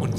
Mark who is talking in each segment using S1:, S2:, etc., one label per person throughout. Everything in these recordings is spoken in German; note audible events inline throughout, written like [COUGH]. S1: Und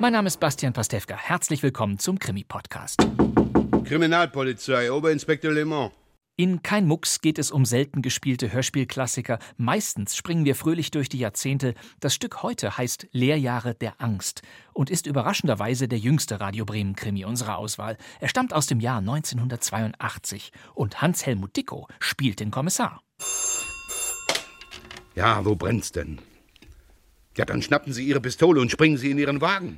S2: Mein Name ist Bastian Pastewka. Herzlich willkommen zum Krimi-Podcast.
S3: Kriminalpolizei, Oberinspektor Le Mans.
S2: In Kein Mucks geht es um selten gespielte Hörspielklassiker. Meistens springen wir fröhlich durch die Jahrzehnte. Das Stück heute heißt Lehrjahre der Angst und ist überraschenderweise der jüngste Radio Bremen Krimi unserer Auswahl. Er stammt aus dem Jahr 1982 und Hans-Helmut Dickow spielt den Kommissar.
S3: Ja, wo brennt's denn? Ja, dann schnappen Sie Ihre Pistole und springen Sie in Ihren Wagen.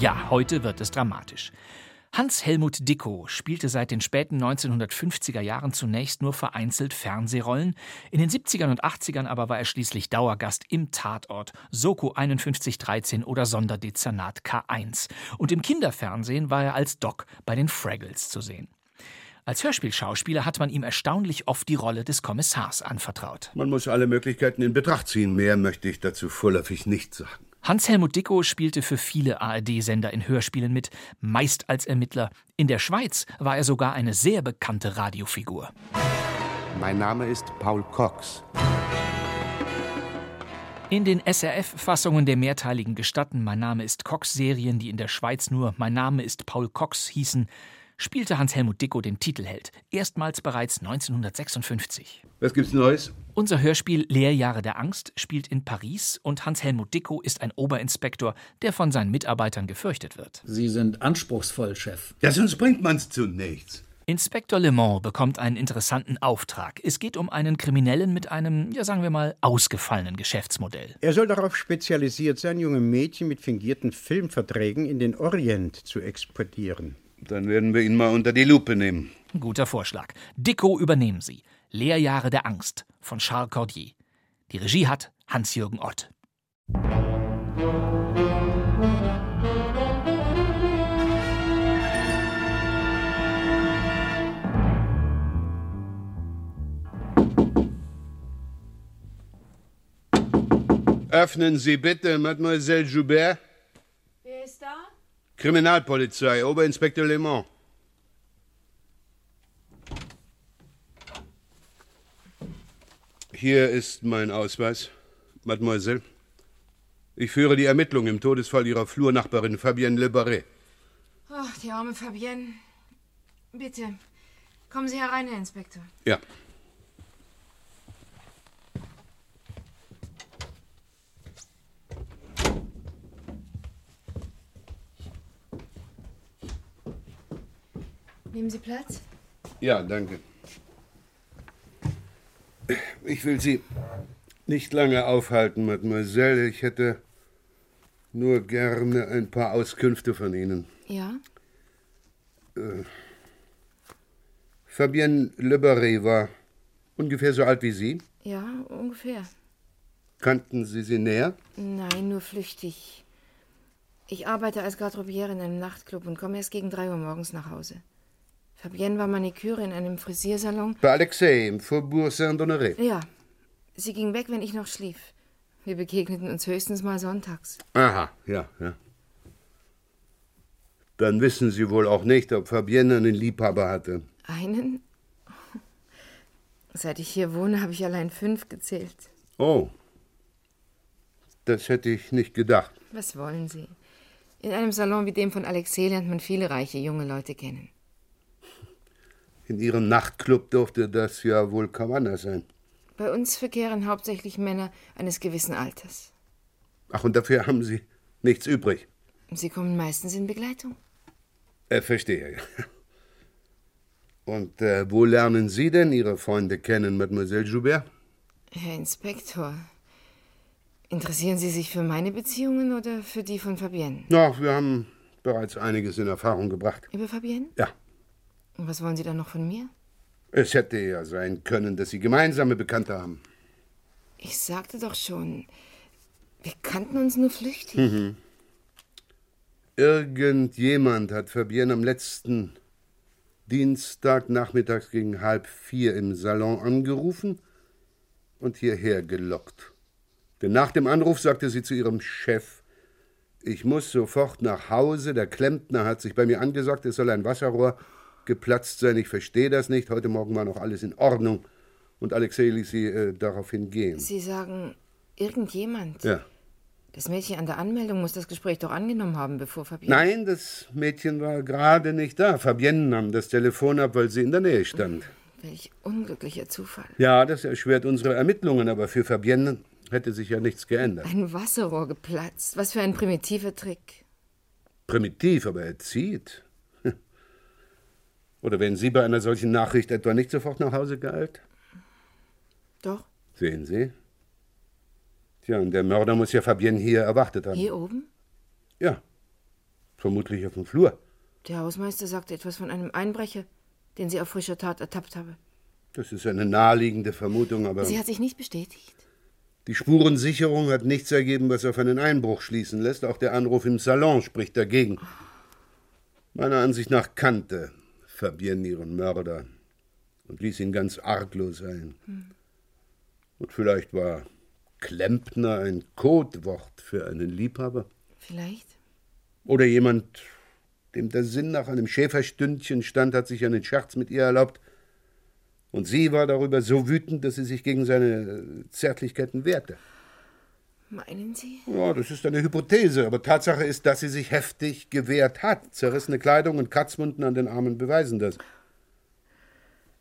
S2: Ja, heute wird es dramatisch. Hans-Helmut Dickow spielte seit den späten 1950er Jahren zunächst nur vereinzelt Fernsehrollen. In den 70ern und 80ern aber war er schließlich Dauergast im Tatort, Soko 5113 oder Sonderdezernat K1. Und im Kinderfernsehen war er als Doc bei den Fraggles zu sehen. Als Hörspielschauspieler hat man ihm erstaunlich oft die Rolle des Kommissars anvertraut.
S3: Man muss alle Möglichkeiten in Betracht ziehen. Mehr möchte ich dazu vorläufig nicht sagen.
S2: Hans-Helmut Dickow spielte für viele ARD-Sender in Hörspielen mit, meist als Ermittler. In der Schweiz war er sogar eine sehr bekannte Radiofigur.
S4: Mein Name ist Paul Cox.
S2: In den SRF-Fassungen der mehrteiligen Gestatten Mein Name ist Cox-Serien, die in der Schweiz nur Mein Name ist Paul Cox hießen, spielte Hans-Helmut Dickow den Titelheld, erstmals bereits 1956.
S3: Was gibt's Neues?
S2: Unser Hörspiel Lehrjahre der Angst spielt in Paris und Hans-Helmut Dickow ist ein Oberinspektor, der von seinen Mitarbeitern gefürchtet wird.
S5: Sie sind anspruchsvoll, Chef.
S3: Ja, sonst bringt man's zu nichts.
S2: Inspektor Le Mans bekommt einen interessanten Auftrag. Es geht um einen Kriminellen mit einem, ja sagen wir mal, ausgefallenen Geschäftsmodell.
S6: Er soll darauf spezialisiert sein, junge Mädchen mit fingierten Filmverträgen in den Orient zu exportieren.
S3: Dann werden wir ihn mal unter die Lupe nehmen.
S2: Ein Guter Vorschlag. Dicko übernehmen Sie. Lehrjahre der Angst von Charles Cordier. Die Regie hat Hans-Jürgen Ott.
S3: Öffnen Sie bitte, Mademoiselle Joubert.
S7: Wer ist da?
S3: Kriminalpolizei, Oberinspektor Le Mans. Hier ist mein Ausweis, Mademoiselle. Ich führe die Ermittlung im Todesfall Ihrer Flurnachbarin Fabienne Le Barret.
S7: Ach, die arme Fabienne. Bitte, kommen Sie herein, Herr Inspektor.
S3: Ja.
S7: Nehmen Sie Platz.
S3: Ja, danke. Ich will Sie nicht lange aufhalten, Mademoiselle. Ich hätte nur gerne ein paar Auskünfte von Ihnen.
S7: Ja?
S3: Fabienne Le Barret war ungefähr so alt wie Sie.
S7: Ja, ungefähr.
S3: Kannten Sie sie näher?
S7: Nein, nur flüchtig. Ich arbeite als Garderobiere in einem Nachtclub und komme erst gegen drei Uhr morgens nach Hause. Fabienne war Maniküre in einem Frisiersalon.
S3: Bei Alexei im Faubourg Saint-Honoré.
S7: Ja, sie ging weg, wenn ich noch schlief. Wir begegneten uns höchstens mal sonntags.
S3: Aha, ja, ja. Dann wissen Sie wohl auch nicht, ob Fabienne einen Liebhaber hatte.
S7: Einen? [LAUGHS] Seit ich hier wohne, habe ich allein fünf gezählt.
S3: Oh. Das hätte ich nicht gedacht.
S7: Was wollen Sie? In einem Salon wie dem von Alexei lernt man viele reiche junge Leute kennen.
S3: In Ihrem Nachtclub durfte das ja wohl kaum anders sein.
S7: Bei uns verkehren hauptsächlich Männer eines gewissen Alters.
S3: Ach, und dafür haben Sie nichts übrig.
S7: Sie kommen meistens in Begleitung.
S3: Äh, verstehe. Und äh, wo lernen Sie denn Ihre Freunde kennen, Mademoiselle Joubert?
S7: Herr Inspektor, interessieren Sie sich für meine Beziehungen oder für die von Fabienne?
S3: Ach, wir haben bereits einiges in Erfahrung gebracht.
S7: Über Fabienne?
S3: Ja,
S7: Und was wollen Sie dann noch von mir?
S3: es hätte ja sein können, dass Sie gemeinsame Bekannte haben.
S7: Ich
S3: Mhm.
S7: sagte doch schon, wir kannten uns nur flüchtig.
S3: Irgendjemand hat Fabienne am letzten Dienstagnachmittags gegen halb vier im Salon angerufen und hierher gelockt. Denn nach dem Anruf sagte sie zu ihrem Chef, ich muss sofort nach Hause, der Klempner hat sich bei mir angesagt, es soll ein Wasserrohr geplatzt sein, ich verstehe das nicht, heute Morgen war noch alles in Ordnung. Und Alexei ließ sie äh, daraufhin gehen.
S7: Sie sagen, irgendjemand.
S3: ja.
S7: Das Mädchen an der Anmeldung muss das Gespräch doch angenommen haben, bevor Fabienne.
S3: Nein, das Mädchen war gerade nicht da. Fabienne nahm das Telefon ab, weil sie in der Nähe stand.
S7: Welch unglücklicher Zufall.
S3: Ja, das erschwert unsere Ermittlungen, aber für Fabienne hätte sich ja nichts geändert.
S7: Ein Wasserrohr geplatzt. Was für ein primitiver Trick.
S3: Primitiv, aber er zieht. [LAUGHS] Oder wenn Sie bei einer solchen Nachricht etwa nicht sofort nach Hause geeilt?
S7: Doch,
S3: Sehen Sie? Tja, und der Mörder muss ja Fabienne hier erwartet haben.
S7: hier oben?
S3: Ja. Vermutlich auf dem Flur.
S7: Der Hausmeister sagte etwas von einem Einbrecher, den sie auf frischer Tat ertappt habe.
S3: Das ist eine naheliegende Vermutung, aber
S7: Sie hat sich nicht bestätigt.
S3: die Spurensicherung hat nichts ergeben, was auf einen Einbruch schließen lässt. Auch der Anruf im Salon spricht dagegen. Meiner Ansicht nach kannte Fabienne ihren Mörder und ließ ihn ganz arglos ein. Und vielleicht war Klempner ein Codewort für einen Liebhaber.
S7: Vielleicht?
S3: Oder jemand, dem der Sinn nach einem Schäferstündchen stand, hat sich einen Scherz mit ihr erlaubt. Und sie war darüber so wütend, dass sie sich gegen seine äh, Zärtlichkeiten wehrte.
S7: Meinen Sie?
S3: Ja, das ist eine Hypothese, aber Tatsache ist, dass sie sich heftig gewehrt hat. Zerrissene Kleidung und Katzmunden an den Armen beweisen das.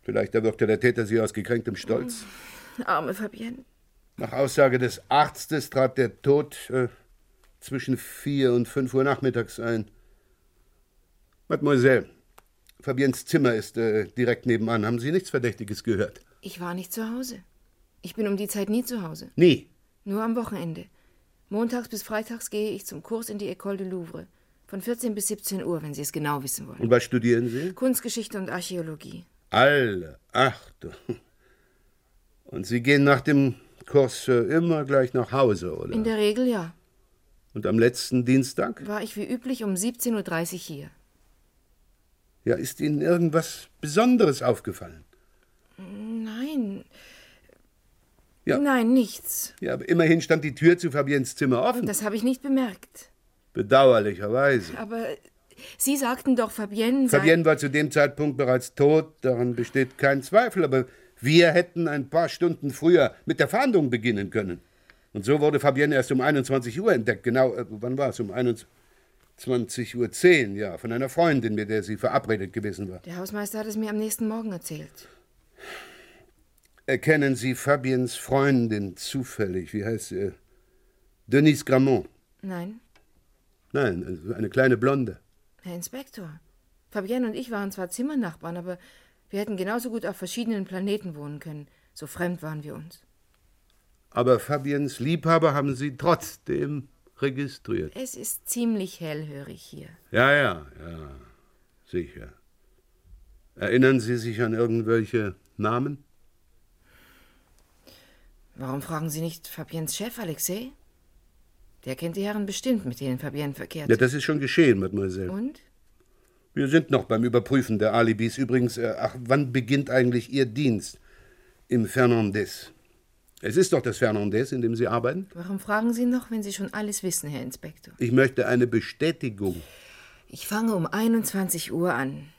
S3: Vielleicht erwürgte der Täter sie aus gekränktem Stolz.
S7: Arme Fabienne.
S3: Nach Aussage des Arztes trat der Tod äh, zwischen 4 und 5 Uhr nachmittags ein. Mademoiselle, Fabiens Zimmer ist äh, direkt nebenan. Haben Sie nichts Verdächtiges gehört?
S7: Ich war nicht zu Hause. Ich bin um die Zeit nie zu Hause.
S3: Nie.
S7: Nur am Wochenende. Montags bis freitags gehe ich zum Kurs in die École du Louvre. Von 14 bis 17 Uhr, wenn Sie es genau wissen wollen.
S3: Und was studieren Sie?
S7: Kunstgeschichte und Archäologie.
S3: Alle. Ach du. Und Sie gehen nach dem Kurs äh, immer gleich nach Hause, oder?
S7: In der Regel ja.
S3: Und am letzten Dienstag?
S7: War ich wie üblich um 17.30 Uhr hier.
S3: Ja, ist Ihnen irgendwas Besonderes aufgefallen?
S7: Nein.
S3: Ja.
S7: Nein, nichts.
S3: Ja, aber immerhin stand die Tür zu Fabiens Zimmer offen.
S7: Das habe ich nicht bemerkt.
S3: Bedauerlicherweise.
S7: Aber Sie sagten doch, Fabienne sei...
S3: Fabienne war zu dem Zeitpunkt bereits tot, daran besteht kein Zweifel, aber wir hätten ein paar Stunden früher mit der Fahndung beginnen können. Und so wurde Fabienne erst um 21 Uhr entdeckt, genau, äh, wann war es? Um 21.10 Uhr, ja, von einer Freundin, mit der sie verabredet gewesen war.
S7: Der Hausmeister hat es mir am nächsten Morgen erzählt.
S3: Erkennen Sie Fabiens Freundin zufällig, wie heißt sie? Denise Gramont.
S7: Nein,
S3: Nein, also eine kleine Blonde.
S7: Herr Inspektor. Fabienne und ich waren zwar Zimmernachbarn, aber wir hätten genauso gut auf verschiedenen Planeten wohnen können. So fremd waren wir uns.
S3: Aber Fabiens Liebhaber haben Sie trotzdem registriert.
S7: Es ist ziemlich hellhörig hier.
S3: Ja, ja, ja, sicher. Erinnern Sie sich an irgendwelche Namen?
S7: Warum fragen Sie nicht Fabiens Chef, Alexei? Der kennt die Herren bestimmt, mit denen Fabienne verkehrt.
S3: Ja, das ist schon geschehen, Mademoiselle.
S7: und?
S3: Wir sind noch beim Überprüfen der Alibis. Übrigens, äh, ach, wann beginnt eigentlich Ihr Dienst im Fernandes? Es ist doch das Fernandes, in dem Sie arbeiten.
S7: Warum fragen Sie noch, wenn Sie schon alles wissen, Herr Inspektor?
S3: Ich möchte eine Bestätigung.
S7: Ich fange um 21 Uhr an.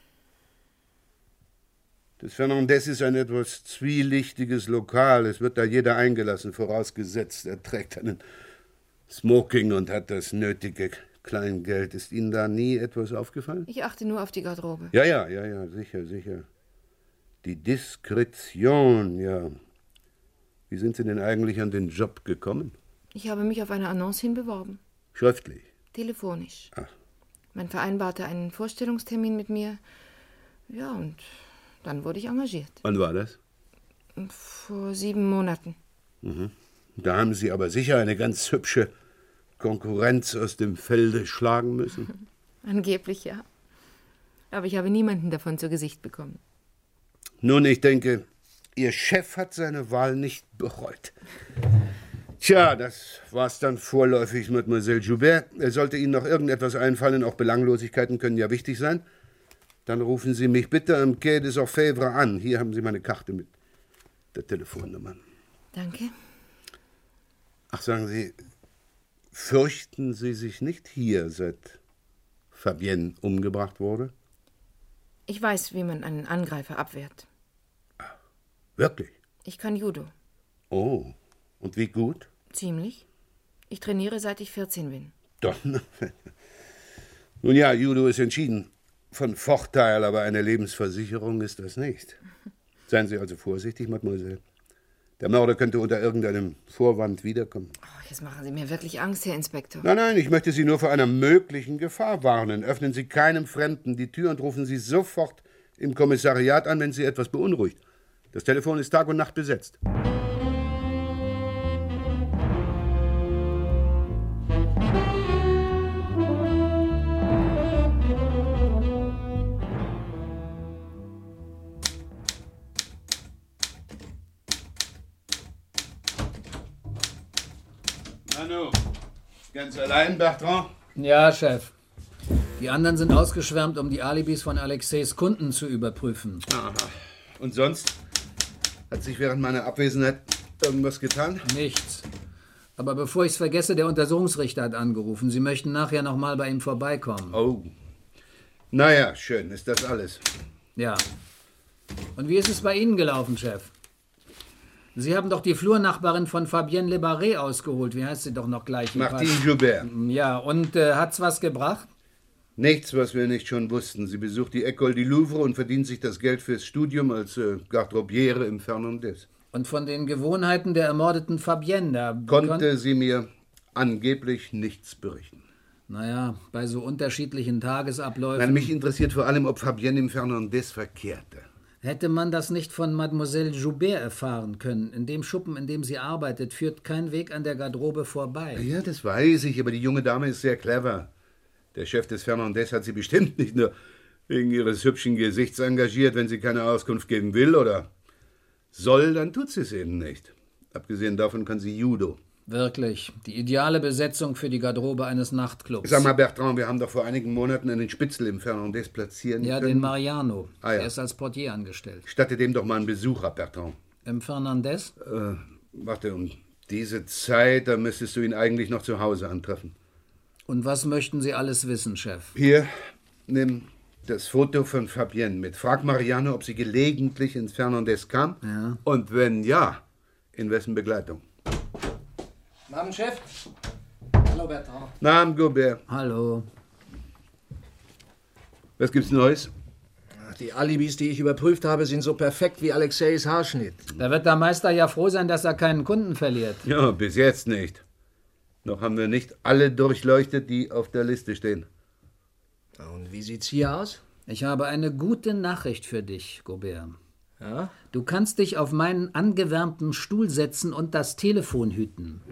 S3: Das Fernandes ist ein etwas zwielichtiges Lokal. Es wird da jeder eingelassen, vorausgesetzt, er trägt einen Smoking und hat das nötige Kleingeld. Ist Ihnen da nie etwas aufgefallen?
S7: Ich achte nur auf die Garderobe.
S3: Ja, ja, ja, ja, sicher, sicher. Die Diskretion, ja. Wie sind Sie denn eigentlich an den Job gekommen?
S7: Ich habe mich auf eine Annonce hin beworben.
S3: Schriftlich.
S7: Telefonisch.
S3: Ach.
S7: Man vereinbarte einen Vorstellungstermin mit mir. Ja, und dann wurde ich engagiert.
S3: Wann war das?
S7: Vor sieben Monaten. [LAUGHS]
S3: Da haben Sie aber sicher eine ganz hübsche Konkurrenz aus dem Felde schlagen müssen.
S7: Angeblich ja. Aber ich habe niemanden davon zu Gesicht bekommen.
S3: Nun, ich denke, Ihr Chef hat seine Wahl nicht bereut. Tja, das war's dann vorläufig, Mademoiselle Joubert. Äh, Sollte Ihnen noch irgendetwas einfallen, auch Belanglosigkeiten können ja wichtig sein, dann rufen Sie mich bitte am Quai des Orfèvres an. Hier haben Sie meine Karte mit der Telefonnummer.
S7: Danke.
S3: Ach, sagen Sie, fürchten Sie sich nicht hier, seit Fabienne umgebracht wurde?
S7: Ich weiß, wie man einen Angreifer abwehrt.
S3: Wirklich?
S7: Ich kann Judo.
S3: Oh, und wie gut?
S7: Ziemlich. Ich trainiere, seit ich 14 bin.
S3: Donnerwetter. Nun ja, Judo ist entschieden. Von Vorteil, aber eine Lebensversicherung ist das nicht. Seien Sie also vorsichtig, Mademoiselle. Der Mörder könnte unter irgendeinem Vorwand wiederkommen.
S7: Oh, jetzt machen Sie mir wirklich Angst, Herr Inspektor.
S3: Nein, nein, ich möchte Sie nur vor einer möglichen Gefahr warnen. Öffnen Sie keinem Fremden die Tür und rufen Sie sofort im Kommissariat an, wenn Sie etwas beunruhigt. Das Telefon ist Tag und Nacht besetzt. Manu, ganz allein, Bertrand?
S5: Ja, Chef. Die anderen sind ausgeschwärmt, um die Alibis von Alexeis Kunden zu überprüfen.
S3: Und sonst? Hat sich während meiner Abwesenheit irgendwas getan?
S5: Nichts. Aber bevor ich es vergesse, der Untersuchungsrichter hat angerufen. Sie möchten nachher nochmal bei ihm vorbeikommen.
S3: Oh. Naja, schön, ist das alles.
S5: Ja. Und wie ist es bei Ihnen gelaufen, Chef? Sie haben doch die Flurnachbarin von Fabienne Le Barré ausgeholt. Wie heißt sie doch noch gleich?
S3: Martine Joubert.
S5: Ja, und äh, hat's was gebracht?
S3: Nichts, was wir nicht schon wussten. Sie besucht die École du Louvre und verdient sich das Geld fürs Studium als äh, Garderobiere im Fernandes.
S5: Und von den Gewohnheiten der ermordeten Fabienne, da
S3: Konnte sie mir angeblich nichts berichten.
S5: Naja, bei so unterschiedlichen Tagesabläufen
S3: Nein, mich interessiert vor allem, ob Fabienne im Fernandes verkehrte.
S5: hätte man das nicht von Mademoiselle Joubert erfahren können. In dem Schuppen, in dem sie arbeitet, führt kein Weg an der Garderobe vorbei.
S3: Ja, das weiß ich, aber die junge Dame ist sehr clever. Der Chef des Fernandes hat sie bestimmt nicht nur wegen ihres hübschen Gesichts engagiert, wenn sie keine Auskunft geben will oder soll, dann tut sie es eben nicht. Abgesehen davon kann sie Judo.
S5: Wirklich, die ideale Besetzung für die Garderobe eines Nachtclubs.
S3: Sag mal, Bertrand, wir haben doch vor einigen Monaten einen Spitzel im Fernandes platzieren
S5: ja, den
S3: können.
S5: Mariano.
S3: Ah, ja.
S5: Er ist als Portier angestellt.
S3: Statte dem doch mal einen Besuch ab, Bertrand.
S5: Im Fernandes?
S3: Äh, warte, um diese Zeit, da müsstest du ihn eigentlich noch zu Hause antreffen.
S5: Und was möchten Sie alles wissen, Chef?
S3: Hier, nimm das Foto von Fabienne mit. Frag Marianne, ob sie gelegentlich ins Fernandes kam.
S5: Ja.
S3: Und wenn ja, in wessen Begleitung?
S5: Namen, Chef. Hallo, Bertrand.
S3: Namen Gobert.
S5: Hallo.
S3: Was gibt's Neues?
S8: Die Alibis, die ich überprüft habe, sind so perfekt wie Alexeis Haarschnitt.
S5: Da wird der Meister ja froh sein, dass er keinen Kunden verliert.
S3: Ja, bis jetzt nicht. Noch haben wir nicht alle durchleuchtet, die auf der Liste stehen.
S8: Und wie sieht's hier aus?
S5: Ich habe eine gute Nachricht für dich, Gobert.
S8: Ja?
S5: Du kannst dich auf meinen angewärmten Stuhl setzen und das Telefon hüten.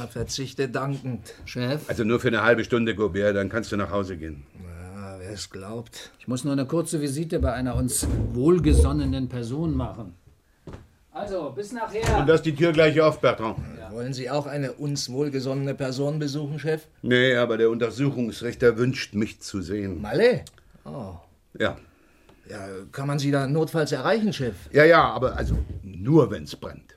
S8: Ah, verzichte dankend.
S5: Chef,
S3: Also nur für eine halbe Stunde, Gobert, dann kannst du nach Hause gehen.
S8: Ah, Wer es glaubt.
S5: ich muss nur eine kurze Visite bei einer uns wohlgesonnenen Person machen. Also, bis nachher.
S3: Und lass die Tür gleich auf, Bertrand.
S8: Wollen Sie auch eine uns wohlgesonnene Person besuchen, Chef?
S3: Nee, aber der Untersuchungsrichter wünscht mich zu sehen.
S8: Malle?
S3: Ja.
S8: Ja, kann man Sie da notfalls erreichen, Chef?
S3: Ja, ja, aber also nur wenn's brennt.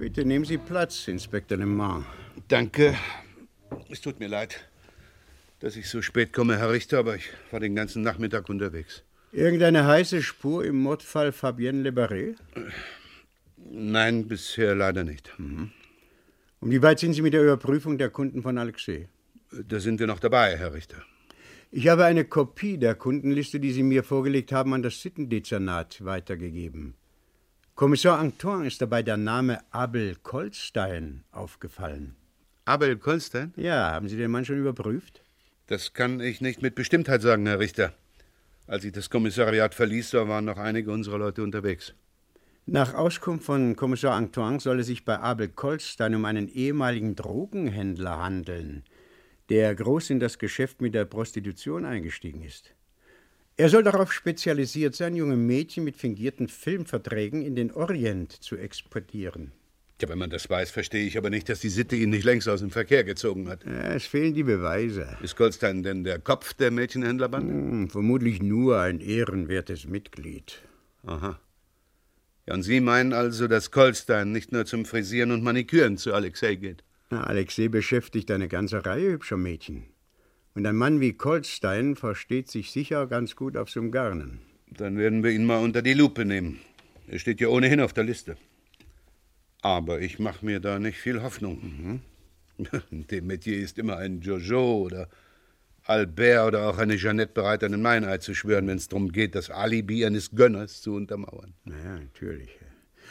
S6: Bitte nehmen Sie Platz, Inspektor Lemar.
S3: Danke. Es tut mir leid, dass ich so spät komme, Herr Richter, aber ich war den ganzen Nachmittag unterwegs.
S6: Irgendeine heiße Spur im Mordfall Fabienne Le Barré?
S3: Nein, bisher leider nicht. Hm.
S6: Und wie weit sind Sie mit der Überprüfung der Kunden von Alexei?
S3: Da sind wir noch dabei, Herr Richter.
S6: Ich habe eine Kopie der Kundenliste, die Sie mir vorgelegt haben, an das Sittendezernat weitergegeben. Kommissar Antoine ist dabei der Name Abel Kolstein aufgefallen.
S3: Abel Kolstein?
S6: Ja, haben Sie den Mann schon überprüft?
S3: Das kann ich nicht mit Bestimmtheit sagen, Herr Richter. Als ich das Kommissariat verließ, da waren noch einige unserer Leute unterwegs.
S6: Nach Auskunft von Kommissar Antoine soll es sich bei Abel Kolstein um einen ehemaligen Drogenhändler handeln, der groß in das Geschäft mit der Prostitution eingestiegen ist. Er soll darauf spezialisiert sein, junge Mädchen mit fingierten Filmverträgen in den Orient zu exportieren.
S3: Ja, wenn man das weiß, verstehe ich aber nicht, dass die Sitte ihn nicht längst aus dem Verkehr gezogen hat.
S6: es fehlen die Beweise.
S3: Ist Goldstein denn der Kopf der Mädchenhändlerbande?
S6: Hm, vermutlich nur ein ehrenwertes Mitglied.
S3: Aha. Ja, und Sie meinen also, dass Goldstein nicht nur zum Frisieren und Maniküren zu Alexei geht?
S6: Na, Alexei beschäftigt eine ganze Reihe hübscher Mädchen. Und ein Mann wie Kolstein versteht sich sicher ganz gut aufs Umgarnen.
S3: Dann werden wir ihn mal unter die Lupe nehmen. Er steht ja ohnehin auf der Liste. Aber ich mache mir da nicht viel Hoffnung. In [LAUGHS] Dem Metier ist immer ein Jojo oder Albert oder auch eine Jeannette bereit, einen Meineid zu schwören, wenn es darum geht, das Alibi eines Gönners zu untermauern.
S6: Naja, natürlich.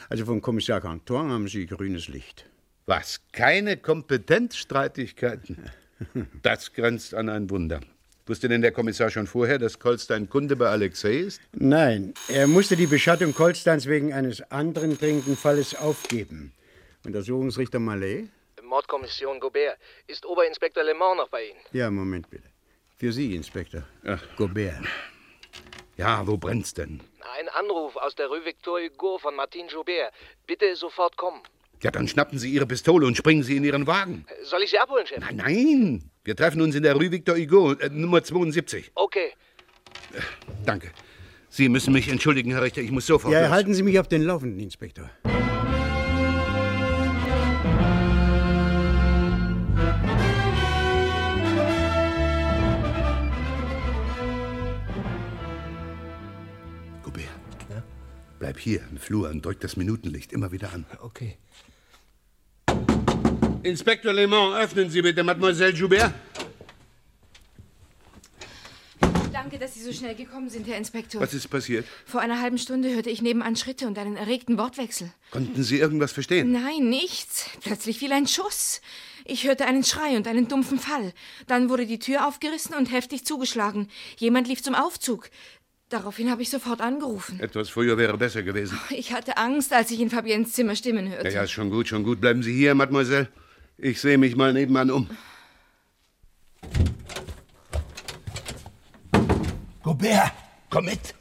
S6: Also vom Kommissar Canton haben Sie grünes Licht.
S3: Was? Keine [LAUGHS] Kompetenzstreitigkeiten? Das grenzt an ein Wunder. Wusste denn der Kommissar schon vorher, dass Kolstein Kunde bei Alexei ist?
S6: Nein, er musste die Beschattung Kolsteins wegen eines anderen dringenden Falles aufgeben. Untersuchungsrichter Mallet?
S9: Mordkommission Gobert. Ist Oberinspektor Le Mans noch bei Ihnen?
S6: Ja, Moment bitte. Für Sie, Inspektor. Gobert.
S3: Ja, wo brennt's denn?
S9: Ein Anruf aus der Rue Victor Hugo von Martin Joubert. Bitte sofort kommen.
S3: Ja, dann schnappen Sie Ihre Pistole und springen Sie in Ihren Wagen.
S9: Soll ich Sie abholen, Chef?
S3: Nein, nein. Wir treffen uns in der Rue Victor Hugo, äh, Nummer 72.
S9: Okay.
S3: Danke. Sie müssen mich entschuldigen, Herr Richter, ich muss sofort.
S6: Ja,
S3: los.
S6: halten Sie mich auf den Laufenden, Inspektor.
S3: Bleib hier im Flur und drück das Minutenlicht immer wieder an.
S1: Okay.
S3: Inspektor Le Mans, öffnen Sie bitte, Mademoiselle Joubert.
S7: Danke, dass Sie so schnell gekommen sind, Herr Inspektor.
S3: Was ist passiert?
S7: Vor einer halben Stunde hörte ich nebenan Schritte und einen erregten Wortwechsel.
S3: Konnten Sie irgendwas verstehen?
S7: Nein, nichts. Plötzlich fiel ein Schuss. Ich hörte einen Schrei und einen dumpfen Fall. Dann wurde die Tür aufgerissen und heftig zugeschlagen. Jemand lief zum Aufzug. Daraufhin habe ich sofort angerufen.
S3: Etwas früher wäre besser gewesen.
S7: Ich hatte Angst, als ich in Fabiens Zimmer Stimmen hörte.
S3: Ja, ja, ist schon gut, schon gut. Bleiben Sie hier, Mademoiselle. Ich sehe mich mal nebenan um.
S10: Gobert, komm mit!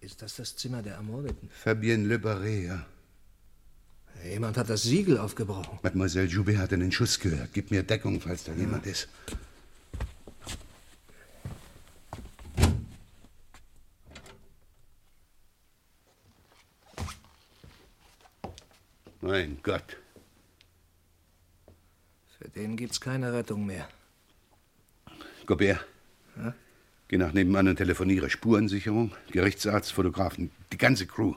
S11: Ist das das Zimmer der Ermordeten?
S3: Fabienne Le Barré, ja.
S11: Jemand hat das Siegel aufgebrochen.
S3: Mademoiselle Joubert hat einen Schuss gehört. Gib mir Deckung, falls da jemand ist. Mein Gott.
S11: Für den gibt's keine Rettung mehr.
S3: Gobert,
S11: Ja?
S3: geh nach nebenan und telefoniere. Spurensicherung, Gerichtsarzt, Fotografen, die ganze Crew.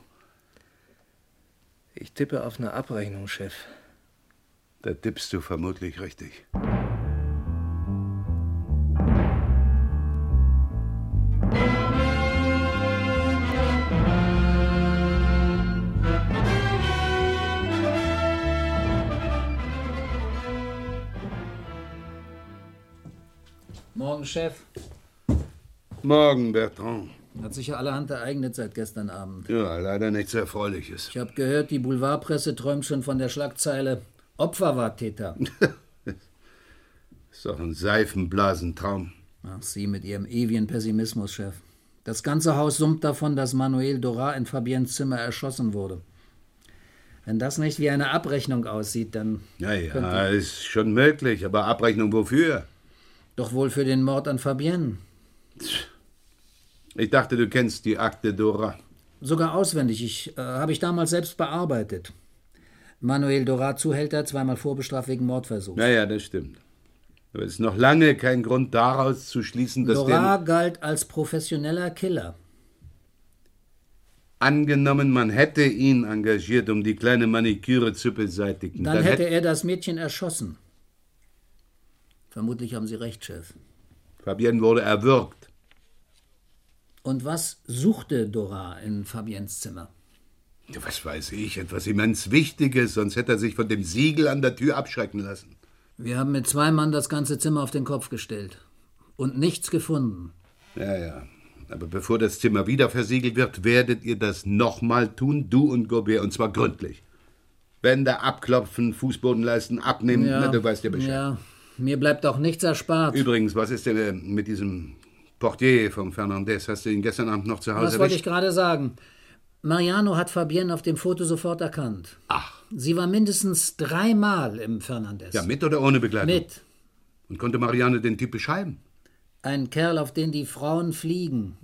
S11: Ich tippe auf eine Abrechnung, Chef.
S3: Da tippst du vermutlich richtig.
S5: Morgen, Chef.
S3: Morgen, Bertrand.
S5: Hat sich ja allerhand ereignet seit gestern Abend.
S3: Ja, leider nichts Erfreuliches.
S5: Ich habe gehört, die Boulevardpresse träumt schon von der Schlagzeile Opfer war Täter.
S3: Ist doch ein Seifenblasentraum.
S5: Ach, Sie mit Ihrem ewigen Pessimismus, Chef. Das ganze Haus summt davon, dass Manuel Dorat in Fabiens Zimmer erschossen wurde. Wenn das nicht wie eine Abrechnung aussieht, dann
S3: Ja, ja,
S5: Könnte.
S3: ist schon möglich, aber Abrechnung wofür?
S5: doch wohl für den Mord an Fabienne.
S3: Ich dachte, du kennst die Akte Dora.
S5: Sogar auswendig. Ich äh, habe ich damals selbst bearbeitet. Manuel Dorat Zuhälter, zweimal vorbestraft wegen Mordversuch.
S3: Naja, das stimmt. Aber es ist noch lange kein Grund daraus zu schließen, dass
S5: Dorat
S3: der.
S5: galt als professioneller Killer.
S3: Angenommen, man hätte ihn engagiert, um die kleine Maniküre zu beseitigen.
S5: Dann hätte er das Mädchen erschossen. Vermutlich haben Sie recht, Chef.
S3: Fabienne wurde erwürgt.
S5: Und was suchte Dora in Fabiens Zimmer?
S3: Ja, was weiß ich, etwas immens Wichtiges, sonst hätte er sich von dem Siegel an der Tür abschrecken lassen.
S5: Wir haben mit zwei Mann das ganze Zimmer auf den Kopf gestellt und nichts gefunden.
S3: Ja, ja. Aber bevor das Zimmer wieder versiegelt wird, werdet ihr das nochmal tun, du und Gobert, und zwar gründlich. Wände abklopfen, Fußbodenleisten abnehmen,
S5: Ja.
S3: na, du weißt ja Bescheid.
S5: Ja, mir bleibt auch nichts erspart.
S3: Übrigens, was ist denn äh, mit diesem Portier vom Fernandez? Hast du ihn gestern Abend noch zu Hause
S5: Das wollte ich
S3: erwischt?
S5: gerade sagen. Mariano hat Fabienne auf dem Foto sofort erkannt. Ach. Sie war mindestens dreimal im Fernandes.
S3: Ja, mit oder ohne Begleitung?
S5: Mit.
S3: Und konnte Marianne den Typ beschreiben?
S5: Ein Kerl, auf den die Frauen fliegen.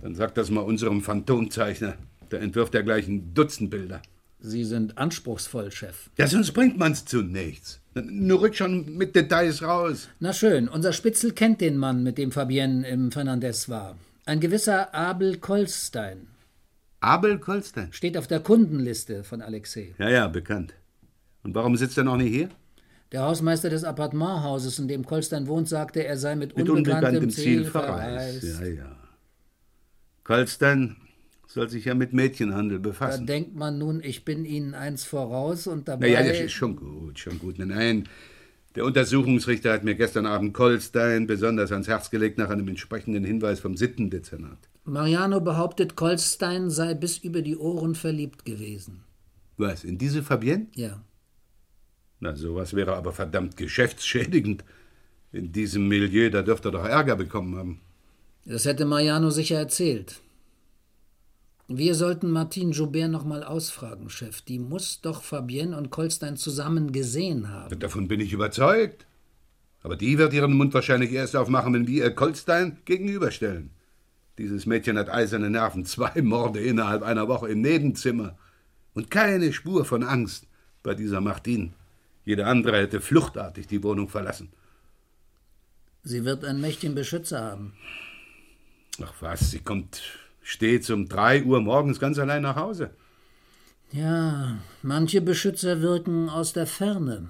S3: Dann sag das mal unserem Phantomzeichner. Der entwirft dergleichen Dutzend Bilder.
S5: Sie sind anspruchsvoll, Chef.
S3: Ja, sonst bringt man's zu nichts. Nur rückt schon mit Details raus.
S5: Na schön, unser Spitzel kennt den Mann, mit dem Fabienne im Fernandes war. Ein gewisser Abel Kolstein.
S3: Abel Kolstein?
S5: Steht auf der Kundenliste von Alexei.
S3: Ja, ja, bekannt. Und warum sitzt er noch nicht hier?
S5: Der Hausmeister des Appartementhauses, in dem Kolstein wohnt, sagte, er sei mit,
S3: Mit unbekanntem Ziel verreist.
S5: verreist.
S3: Ja, ja. Kolstein soll sich ja mit Mädchenhandel
S5: Da
S3: befassen.
S5: denkt man nun, ich bin Ihnen eins voraus und dabei.
S3: Naja, das ist schon gut, schon gut. Nein, nein. Der Untersuchungsrichter hat mir gestern Abend Kolstein besonders ans Herz gelegt nach einem entsprechenden Hinweis vom Sittendezernat.
S5: Mariano behauptet, Kolstein sei bis über die Ohren verliebt gewesen.
S3: Was, in diese Fabienne?
S5: Ja.
S3: Na, sowas wäre aber verdammt geschäftsschädigend. In diesem Milieu, da dürfte er doch Ärger bekommen haben.
S5: Das hätte Mariano sicher erzählt. Wir sollten Martine Joubert nochmal ausfragen, Chef. Die muss doch Fabienne und Kolstein zusammen gesehen haben.
S3: Davon bin ich überzeugt. Aber die wird ihren Mund wahrscheinlich erst aufmachen, wenn wir ihr Kolstein gegenüberstellen. Dieses Mädchen hat eiserne Nerven, zwei Morde innerhalb einer Woche im Nebenzimmer. Und keine Spur von Angst bei dieser Martin. Jeder andere hätte fluchtartig die Wohnung verlassen.
S5: Sie wird einen mächtigen Beschützer haben.
S3: Ach was, sie kommt stets um drei Uhr morgens ganz allein nach Hause.
S5: Ja, manche Beschützer wirken aus der Ferne.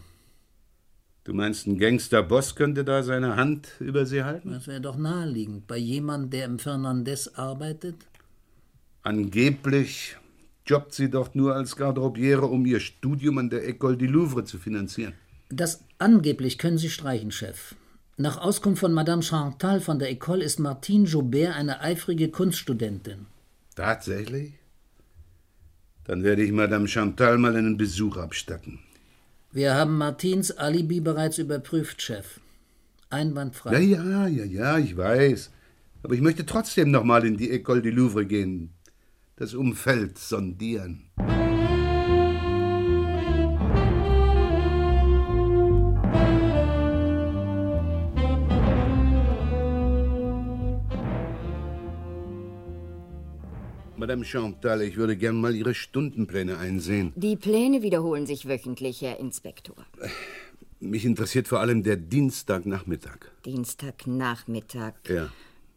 S3: Du meinst, ein Gangsterboss könnte da seine Hand über sie halten?
S5: Das wäre doch naheliegend. Bei jemandem, der im Fernandes arbeitet?
S3: Angeblich jobbt sie doch nur als Garderobiere, um ihr Studium an der École du Louvre zu finanzieren.
S5: Das angeblich können Sie streichen, Chef. Nach Auskunft von Madame Chantal von der École ist Martine Joubert eine eifrige Kunststudentin.
S3: Tatsächlich? Dann werde ich Madame Chantal mal einen Besuch abstatten.
S5: Wir haben Martins Alibi bereits überprüft, Chef. Einwandfrei.
S3: Ja, ja, ja, ja, ich weiß. Aber ich möchte trotzdem nochmal in die École du Louvre gehen. Das Umfeld sondieren. Madame Chantal, ich würde gern mal Ihre Stundenpläne einsehen.
S12: Die Pläne wiederholen sich wöchentlich, Herr Inspektor.
S3: Mich interessiert vor allem der Dienstagnachmittag.
S12: Dienstagnachmittag.
S3: Ja.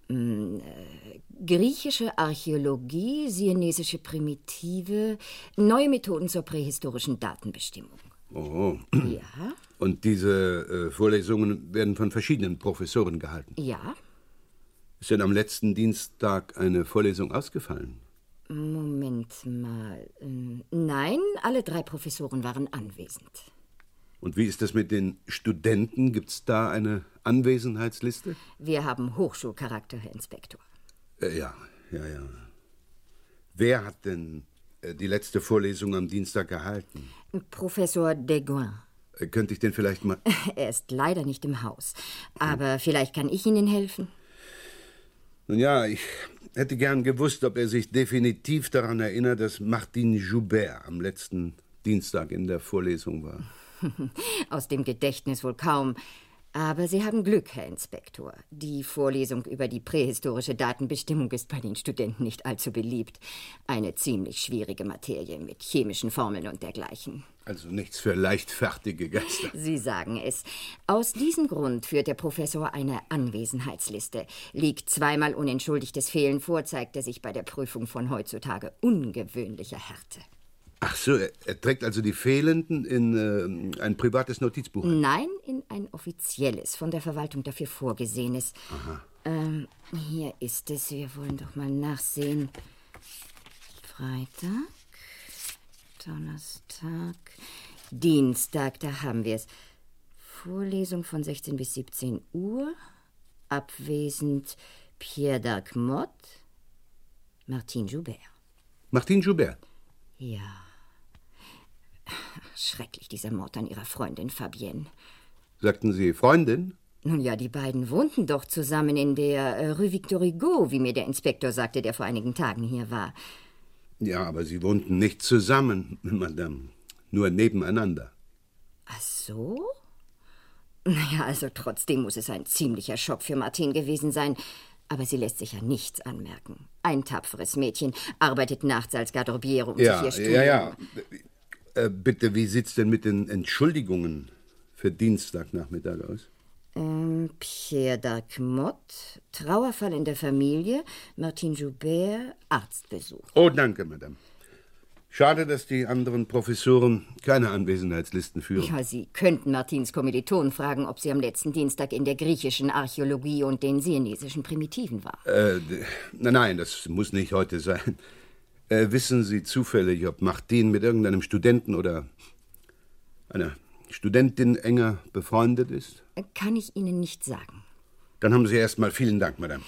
S12: Hm, äh, griechische Archäologie, siamesische Primitive, neue Methoden zur prähistorischen Datenbestimmung.
S3: Oh.
S12: Ja,
S3: Und diese äh, Vorlesungen werden von verschiedenen Professoren gehalten.
S12: ja.
S3: Ist denn am letzten Dienstag eine Vorlesung ausgefallen?
S12: Moment mal. Ähm, Nein, alle drei Professoren waren anwesend.
S3: Und wie ist das mit den Studenten? Gibt es da eine Anwesenheitsliste?
S12: Wir haben Hochschulcharakter, Herr Inspektor.
S3: Äh, ja, ja, ja. Wer hat denn äh, die letzte Vorlesung am Dienstag gehalten?
S12: Professor Deguin.
S3: Äh, könnte ich den vielleicht mal.
S12: Er ist leider nicht im Haus. Aber vielleicht kann ich Ihnen helfen.
S3: Nun ja, ich hätte gern gewusst, ob er sich definitiv daran erinnert, dass Martin Joubert am letzten Dienstag in der Vorlesung war.
S12: [LAUGHS] Aus dem Gedächtnis wohl kaum. Aber Sie haben Glück, Herr Inspektor. Die Vorlesung über die prähistorische Datenbestimmung ist bei den Studenten nicht allzu beliebt. Eine ziemlich schwierige Materie mit chemischen Formeln und dergleichen.
S3: Also nichts für leichtfertige Geister.
S12: Sie sagen es. Aus diesem Grund führt der Professor eine Anwesenheitsliste. Liegt zweimal unentschuldigtes Fehlen vor, zeigt er sich bei der Prüfung von heutzutage ungewöhnlicher Härte.
S3: Ach so, er, er trägt also die Fehlenden in ähm, ein privates Notizbuch. ein.
S12: Nein, in ein offizielles, von der Verwaltung dafür vorgesehenes.
S3: Aha.
S12: Ähm, hier ist es. Wir wollen doch mal nachsehen. Freitag, Donnerstag, Dienstag, da haben wir es. Vorlesung von 16 bis 17 Uhr. Abwesend Pierre d'Arcmot, Martin Joubert.
S13: Martin Joubert.
S12: Ja. Schrecklich, dieser Mord an ihrer Freundin Fabienne.
S13: Sagten Sie Freundin?
S12: Nun ja, die beiden wohnten doch zusammen in der äh, Rue Victor Hugo, wie mir der Inspektor sagte, der vor einigen Tagen hier war.
S13: Ja, aber Sie wohnten nicht zusammen, [LAUGHS] Madame. Nur nebeneinander.
S12: Ach so? Naja, also trotzdem muss es ein ziemlicher Schock für Martin gewesen sein. Aber sie lässt sich ja nichts anmerken. Ein tapferes Mädchen, arbeitet nachts als Garderobiere um sich
S13: ja,
S12: ihr Studium.
S13: ja, ja. Äh, bitte, wie sieht's denn mit den Entschuldigungen für Dienstagnachmittag aus?
S12: Ähm, Pierre d'Arcmot, Trauerfall in der Familie, Martin Joubert, Arztbesuch.
S13: Oh, danke, Madame. Schade, dass die anderen Professoren keine Anwesenheitslisten führen.
S12: Ja, Sie könnten Martins Kommilitonen fragen, ob sie am letzten Dienstag in der griechischen Archäologie und den siamesischen Primitiven war.
S13: Äh, d- na, nein, das muss nicht heute sein. Äh, wissen Sie zufällig, ob Martin mit irgendeinem Studenten oder einer Studentin enger befreundet ist?
S12: Kann ich Ihnen nicht sagen.
S13: Dann haben Sie erstmal vielen Dank, Madame.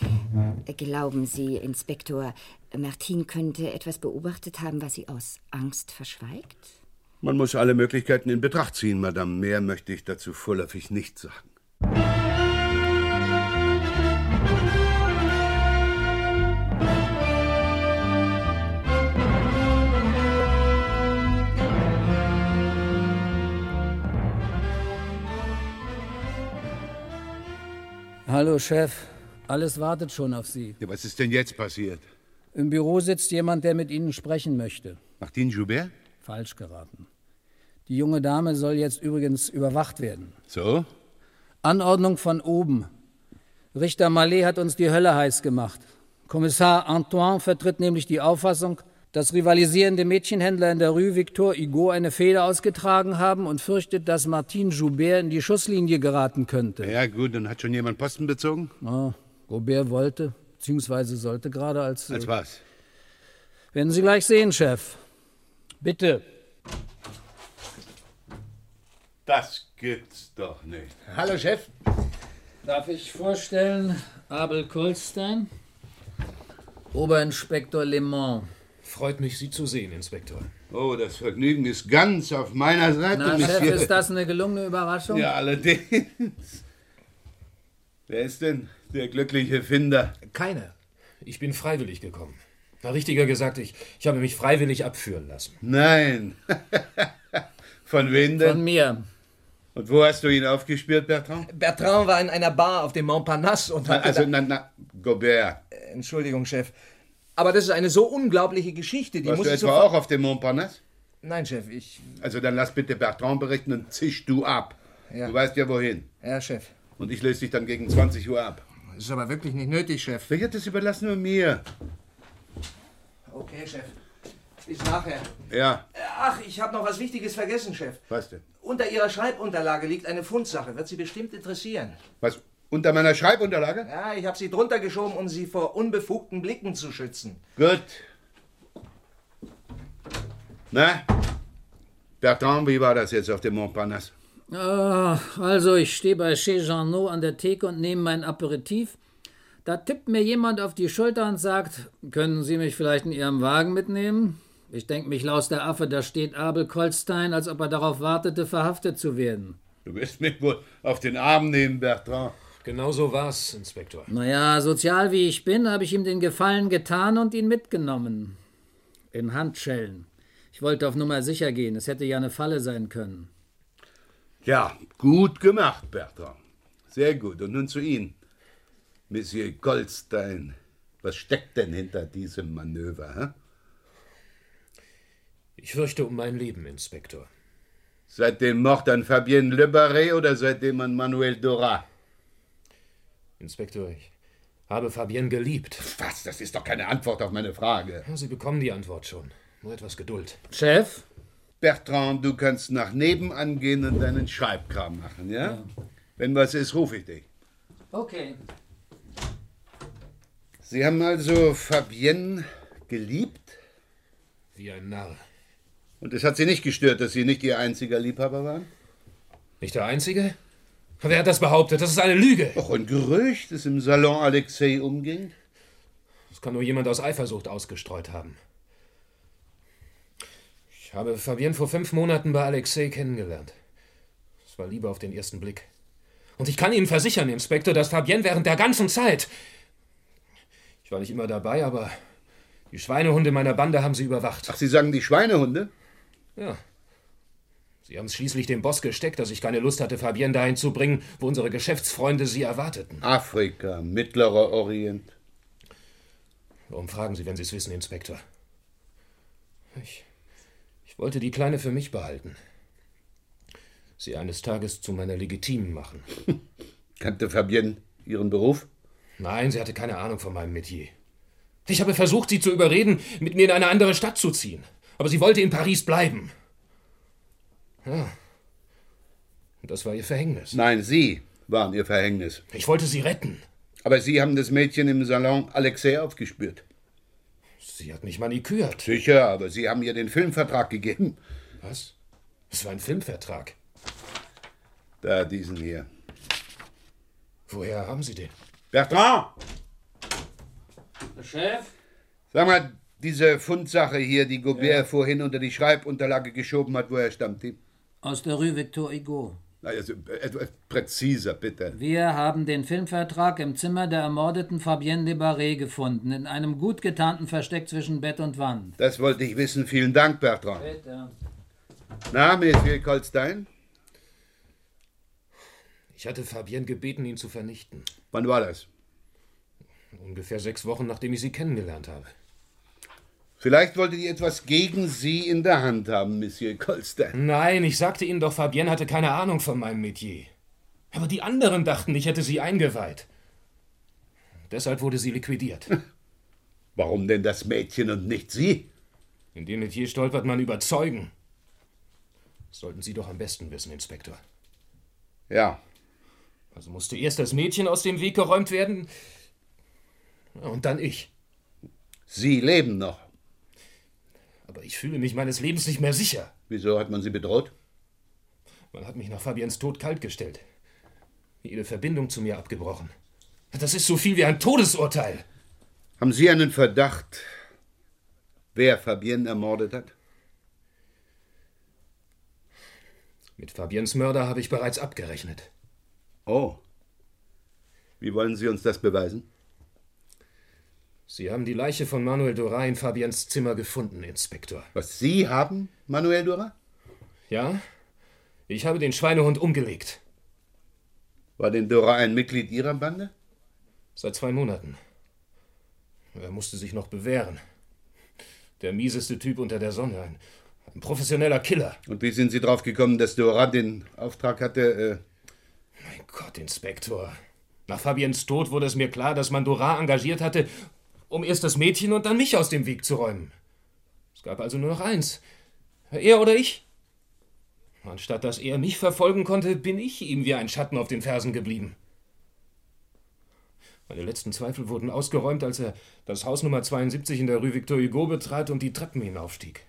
S12: Glauben Sie, Inspektor, Martin könnte etwas beobachtet haben, was sie aus Angst verschweigt?
S13: Man muss alle Möglichkeiten in Betracht ziehen, Madame. Mehr möchte ich dazu vorläufig nicht sagen.
S5: Hallo, Chef. Alles wartet schon auf Sie.
S3: Ja, was ist denn jetzt passiert?
S5: Im Büro sitzt jemand, der mit Ihnen sprechen möchte.
S3: Martin Joubert?
S5: Falsch geraten. Die junge Dame soll jetzt übrigens überwacht werden.
S3: So?
S5: Anordnung von oben. Richter Mallet hat uns die Hölle heiß gemacht. Kommissar Antoine vertritt nämlich die Auffassung, dass rivalisierende Mädchenhändler in der Rue Victor Hugo eine Fehler ausgetragen haben und fürchtet, dass Martin Joubert in die Schusslinie geraten könnte.
S3: Ja, gut, dann hat schon jemand Posten bezogen?
S5: Ah, Robert wollte, beziehungsweise sollte gerade als. äh,
S3: Als was?
S5: Werden Sie gleich sehen, Chef. Bitte.
S3: Das gibt's doch nicht.
S5: Hallo, Chef. Darf ich vorstellen, Abel Kolstein? Oberinspektor Le Mans.
S8: Freut mich, Sie zu sehen, Inspektor.
S3: Oh, das Vergnügen ist ganz auf meiner Seite,
S5: Na, Chef,
S3: Monsieur.
S5: ist das eine gelungene Überraschung?
S3: Ja, allerdings. Wer ist denn der glückliche Finder?
S8: Keine. Ich bin freiwillig gekommen. Na, richtiger gesagt, ich, ich habe mich freiwillig abführen lassen.
S3: Nein. [LAUGHS] Von wem denn? Von
S5: mir.
S3: Und wo hast du ihn aufgespürt, Bertrand?
S9: Bertrand war in einer Bar auf dem Montparnasse und hat.
S3: Also, na, na, Gobert.
S9: Entschuldigung, Chef. Aber das ist eine so unglaubliche Geschichte, die
S3: Warst
S9: muss
S3: du
S9: ich
S3: etwa
S9: sofort-
S3: auch auf dem Montparnasse?
S9: Nein, Chef, ich.
S3: Also dann lass bitte Bertrand berichten und zisch du ab.
S9: Ja.
S3: Du weißt ja wohin.
S9: Ja, Chef.
S3: Und ich löse dich dann gegen 20 Uhr ab.
S9: Das ist aber wirklich nicht nötig, Chef.
S3: Ja, das überlassen wir mir.
S9: Okay, Chef. Bis nachher.
S3: Ja,
S9: Ach, ich habe noch was Wichtiges vergessen, Chef.
S3: was denn?
S9: Unter Ihrer Schreibunterlage liegt eine Fundsache. Wird Sie bestimmt interessieren.
S3: Was? Unter meiner Schreibunterlage?
S9: Ja, ich habe sie drunter geschoben, um sie vor unbefugten Blicken zu schützen.
S3: Gut. Na? Bertrand, wie war das jetzt auf dem Montparnasse?
S5: Ah, also, ich stehe bei Chez Jeannot an der Theke und nehme mein Aperitif. Da tippt mir jemand auf die Schulter und sagt, können Sie mich vielleicht in Ihrem Wagen mitnehmen? Ich denke mich laus der Affe, da steht Abel Kolstein, als ob er darauf wartete, verhaftet zu werden.
S3: Du wirst mich wohl auf den Arm nehmen, Bertrand.
S8: Genau so war's, Inspektor.
S5: Naja, sozial wie ich bin, habe ich ihm den Gefallen getan und ihn mitgenommen. In Handschellen. Ich wollte auf Nummer sicher gehen, es hätte ja eine Falle sein können.
S3: Ja, gut gemacht, Bertrand. Sehr gut. Und nun zu Ihnen. Monsieur Goldstein, was steckt denn hinter diesem Manöver? Hä?
S8: Ich fürchte um mein Leben, Inspektor.
S3: Seit dem Mord an Fabienne Le Barret oder seitdem an Manuel Dora?
S8: Inspektor, ich habe Fabienne geliebt.
S3: Was? Das ist doch keine Antwort auf meine Frage.
S8: Ja, Sie bekommen die Antwort schon. Nur etwas Geduld.
S5: Chef?
S3: Bertrand, du kannst nach nebenan gehen und deinen Schreibkram machen, ja? Wenn was ist, rufe ich dich.
S5: Okay.
S3: Sie haben also Fabienne geliebt?
S8: Wie ein Narr.
S3: Und es hat sie nicht gestört, dass Sie nicht Ihr einziger Liebhaber waren?
S8: Nicht der einzige? Wer hat das behauptet? Das ist eine Lüge.
S3: Doch ein Gerücht, das im Salon Alexei umging.
S8: Das kann nur jemand aus Eifersucht ausgestreut haben. Ich habe Fabienne vor fünf Monaten bei Alexei kennengelernt. Es war Liebe auf den ersten Blick. Und ich kann Ihnen versichern, Inspektor, dass Fabienne während der ganzen Zeit. Ich war nicht immer dabei, aber die Schweinehunde meiner Bande haben sie überwacht.
S3: Ach, Sie sagen die Schweinehunde?
S8: Ja. Sie haben es schließlich dem Boss gesteckt, dass ich keine Lust hatte, Fabienne dahin zu bringen, wo unsere Geschäftsfreunde sie erwarteten.
S3: Afrika, Mittlerer Orient.
S8: Warum fragen Sie, wenn Sie es wissen, Inspektor? Ich, ich wollte die Kleine für mich behalten. Sie eines Tages zu meiner legitimen machen.
S3: Kannte Fabienne Ihren Beruf?
S8: Nein, sie hatte keine Ahnung von meinem Metier. Ich habe versucht, sie zu überreden, mit mir in eine andere Stadt zu ziehen. Aber sie wollte in Paris bleiben. Ja. Und das war ihr Verhängnis.
S3: Nein, Sie waren Ihr Verhängnis.
S8: Ich wollte sie retten.
S3: Aber Sie haben das Mädchen im Salon Alexei aufgespürt.
S8: Sie hat mich manikürt.
S3: Sicher, aber Sie haben ihr den Filmvertrag gegeben.
S8: Was? Es war ein Filmvertrag.
S3: Da, diesen hier.
S8: Woher haben Sie den?
S3: Bertrand!
S14: Chef?
S3: Sag mal, diese Fundsache hier, die Gobert vorhin unter die Schreibunterlage geschoben hat, woher stammt die?
S5: Aus der Rue Victor Hugo.
S3: Also, etwas präziser, bitte.
S5: Wir haben den Filmvertrag im Zimmer der ermordeten Fabienne de Barré gefunden, in einem gut getarnten Versteck zwischen Bett und Wand.
S3: Das wollte ich wissen. Vielen Dank, Bertrand. Na, Monsieur Kolstein,
S8: Ich hatte Fabienne gebeten, ihn zu vernichten.
S3: wann war das?
S8: Ungefähr sechs Wochen, nachdem ich sie kennengelernt habe.
S3: Vielleicht wollte die etwas gegen Sie in der Hand haben, Monsieur Kolstein.
S8: Nein, ich sagte Ihnen doch, Fabienne hatte keine Ahnung von meinem Metier. Aber die anderen dachten, ich hätte sie eingeweiht. Deshalb wurde sie liquidiert.
S3: Warum denn das Mädchen und nicht Sie?
S8: In dem Metier stolpert man überzeugen. Das sollten Sie doch am besten wissen, Inspektor.
S3: Ja.
S8: Also musste erst das Mädchen aus dem Weg geräumt werden und dann ich.
S3: Sie leben noch.
S8: Aber ich fühle mich meines Lebens nicht mehr sicher.
S3: Wieso hat man Sie bedroht?
S8: Man hat mich nach Fabiens Tod kalt gestellt. Jede Verbindung zu mir abgebrochen. Das ist so viel wie ein Todesurteil.
S3: Haben Sie einen Verdacht, wer Fabienne ermordet hat?
S8: Mit Fabiens Mörder habe ich bereits abgerechnet.
S3: Oh. Wie wollen Sie uns das beweisen?
S8: Sie haben die Leiche von Manuel Dora in Fabiens Zimmer gefunden, Inspektor.
S3: Was Sie haben, Manuel Dora?
S8: Ja? Ich habe den Schweinehund umgelegt.
S3: War denn Dora ein Mitglied Ihrer Bande?
S8: Seit zwei Monaten. Er musste sich noch bewähren. Der mieseste Typ unter der Sonne. Ein, ein professioneller Killer.
S3: Und wie sind Sie drauf gekommen, dass Dora den Auftrag hatte? äh,
S8: Gott, Inspektor. Nach Fabiens Tod wurde es mir klar, dass man Dora engagiert hatte, um erst das Mädchen und dann mich aus dem Weg zu räumen. Es gab also nur noch eins. Er oder ich. Anstatt dass er mich verfolgen konnte, bin ich ihm wie ein Schatten auf den Fersen geblieben. Meine letzten Zweifel wurden ausgeräumt, als er das Haus Nummer 72 in der Rue Victor Hugo betrat und die Treppen hinaufstieg.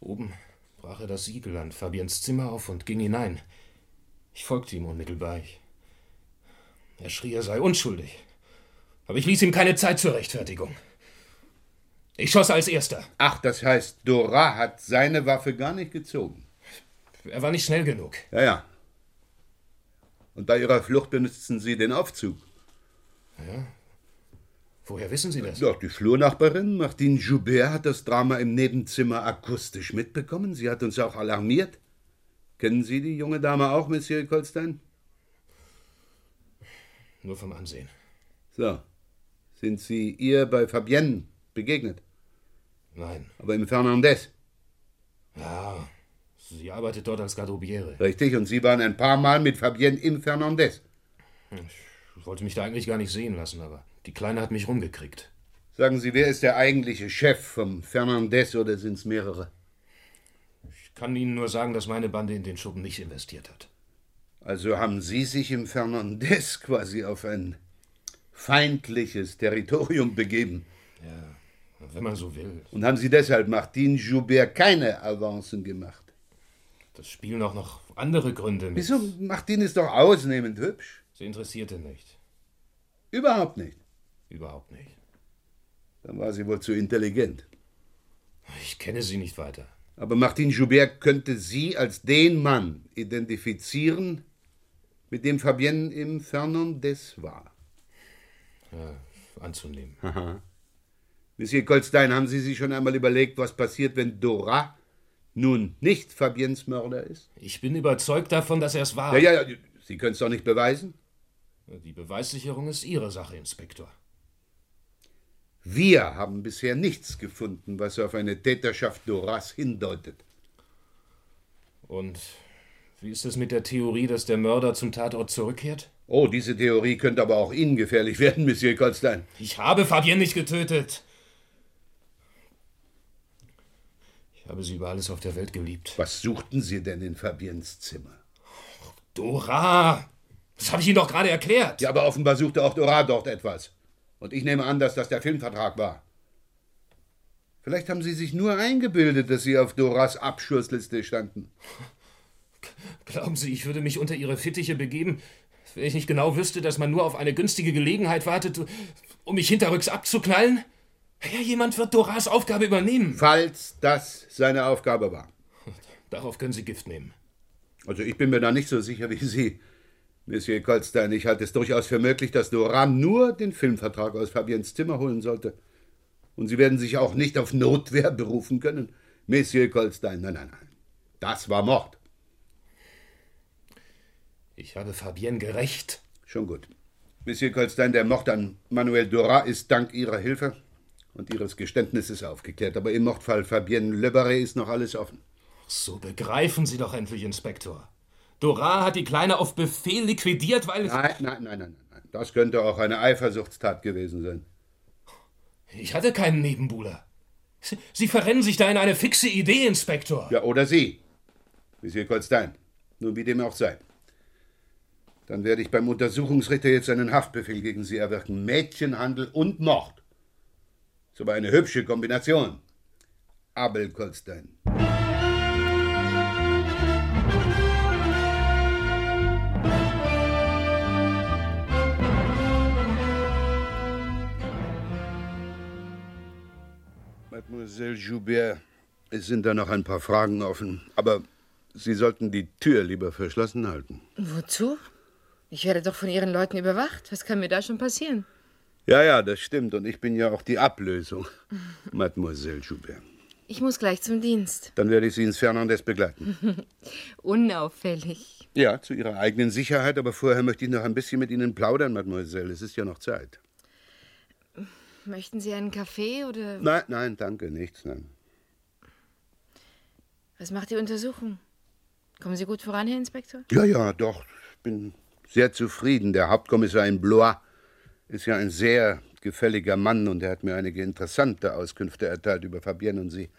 S8: Oben brach er das Siegel an Fabiens Zimmer auf und ging hinein. Ich folgte ihm unmittelbar. Ich- Er schrie, er sei unschuldig. Aber ich ließ ihm keine Zeit zur Rechtfertigung. Ich schoss als Erster.
S3: Äh, ach, das heißt, Dora hat seine Waffe gar nicht gezogen.
S8: Er war nicht schnell genug.
S3: Ja, ja. Und bei Ihrer Flucht benutzten Sie den Aufzug.
S8: Ja. Woher wissen Sie das?
S3: Doch, die Flurnachbarin Martine Joubert hat das Drama im Nebenzimmer akustisch mitbekommen. Sie hat uns auch alarmiert. Kennen Sie die junge Dame auch, Monsieur Kolstein?
S8: Nur vom Ansehen.
S3: So. Sind Sie ihr bei Fabienne begegnet?
S8: Nein.
S3: Aber im Fernandes.
S8: Ja. Sie arbeitet dort als Garderobiere.
S3: Richtig, und Sie waren ein paar Mal mit Fabienne im Fernandes.
S8: Ich wollte mich da eigentlich gar nicht sehen lassen, aber die Kleine hat mich rumgekriegt.
S3: Sagen Sie, wer ist der eigentliche Chef vom Fernandes oder sind es mehrere?
S8: Ich kann Ihnen nur sagen, dass meine Bande in den Schuppen nicht investiert hat.
S3: Also haben Sie sich im Fernandes [LAUGHS] quasi auf ein feindliches Territorium begeben.
S8: Ja, wenn man so will.
S3: Und haben Sie deshalb Martin Joubert keine Avancen gemacht?
S8: Das Spielen auch noch andere Gründe mit.
S3: Wieso macht ihn es doch ausnehmend hübsch?
S8: Sie interessierte nicht.
S3: Überhaupt nicht.
S8: Überhaupt nicht.
S3: Dann war sie wohl zu intelligent.
S8: Ich kenne sie nicht weiter.
S3: Aber Martin Joubert könnte sie als den Mann identifizieren, mit dem Fabienne im Fernandes war.
S8: Ja, anzunehmen.
S3: Aha. Monsieur Kolstein, haben Sie sich schon einmal überlegt, was passiert, wenn Dora nun nicht Fabiens Mörder ist?
S8: Ich bin überzeugt davon, dass er es war.
S3: Ja, ja, ja, Sie können es doch nicht beweisen.
S8: Die Beweissicherung ist Ihre Sache, Inspektor.
S3: Wir haben bisher nichts gefunden, was auf eine Täterschaft Doras hindeutet.
S8: Und wie ist es mit der Theorie, dass der Mörder zum Tatort zurückkehrt?
S3: Oh, diese Theorie könnte aber auch Ihnen gefährlich [LAUGHS] werden, Monsieur Kolstein.
S8: Ich habe Fabienne nicht getötet. Ich habe sie über alles auf der Welt geliebt.
S3: Was suchten Sie denn in Fabiens Zimmer?
S8: Dora! Das habe ich Ihnen doch gerade erklärt.
S3: Ja, aber offenbar suchte auch Dora dort etwas. Und ich nehme an, dass das der Filmvertrag war. Vielleicht haben Sie sich nur eingebildet, dass Sie auf Doras Abschussliste standen.
S8: Glauben Sie, ich würde mich unter Ihre Fittiche begeben, wenn ich nicht genau wüsste, dass man nur auf eine günstige Gelegenheit wartet, um mich hinterrücks abzuknallen? Ja, jemand wird Doras Aufgabe übernehmen.
S3: Falls das seine Aufgabe war.
S8: Darauf können Sie Gift nehmen.
S3: Also ich bin mir da nicht so sicher wie Sie. Monsieur Goldstein, ich halte es durchaus für möglich, dass Dora nur den Filmvertrag aus Fabiens Zimmer holen sollte. Und Sie werden sich auch nicht auf Notwehr berufen können. Monsieur Goldstein, nein, nein, nein. Das war Mord.
S8: Ich habe Fabienne gerecht.
S3: Schon gut. Monsieur Goldstein, der Mord an Manuel Dora ist dank Ihrer Hilfe und Ihres Geständnisses aufgeklärt. Aber im Mordfall Fabienne Lebaré ist noch alles offen.
S8: So begreifen Sie doch endlich, Inspektor. Dora hat die Kleine auf Befehl liquidiert, weil.
S3: Nein, nein, nein, nein, nein. Das könnte auch eine Eifersuchtstat gewesen sein.
S8: Ich hatte keinen Nebenbuhler. Sie, Sie verrennen sich da in eine fixe Idee, Inspektor.
S3: Ja, oder Sie. Monsieur Goldstein. Nun, wie dem auch sei. Dann werde ich beim Untersuchungsrichter jetzt einen Haftbefehl gegen Sie erwirken. Mädchenhandel und Mord. Ist aber eine hübsche Kombination. Abel Goldstein. Mademoiselle Joubert, es sind da noch ein paar Fragen offen, aber Sie sollten die Tür lieber verschlossen halten.
S7: Wozu? Ich werde doch von Ihren Leuten überwacht. Was kann mir da schon passieren?
S3: Ja, ja, das stimmt. Und ich bin ja auch die [LAUGHS] Ablösung, Mademoiselle Joubert.
S7: Ich muss gleich zum Dienst.
S3: Dann werde ich Sie ins Fernandes begleiten.
S7: Unauffällig.
S3: Ja, zu Ihrer eigenen Sicherheit, aber vorher möchte ich noch ein bisschen mit Ihnen plaudern, Mademoiselle. Es ist ja noch Zeit.
S7: Möchten Sie einen Kaffee oder
S3: Nein, nein, danke, nichts, nein.
S7: was macht die Untersuchung? Kommen Sie gut voran, Herr Inspektor?
S3: Ja, ja, doch, ich bin sehr zufrieden. Der Hauptkommissar in Blois ist ja ein sehr gefälliger Mann und er hat mir einige interessante Auskünfte erteilt über Fabienne und Sie.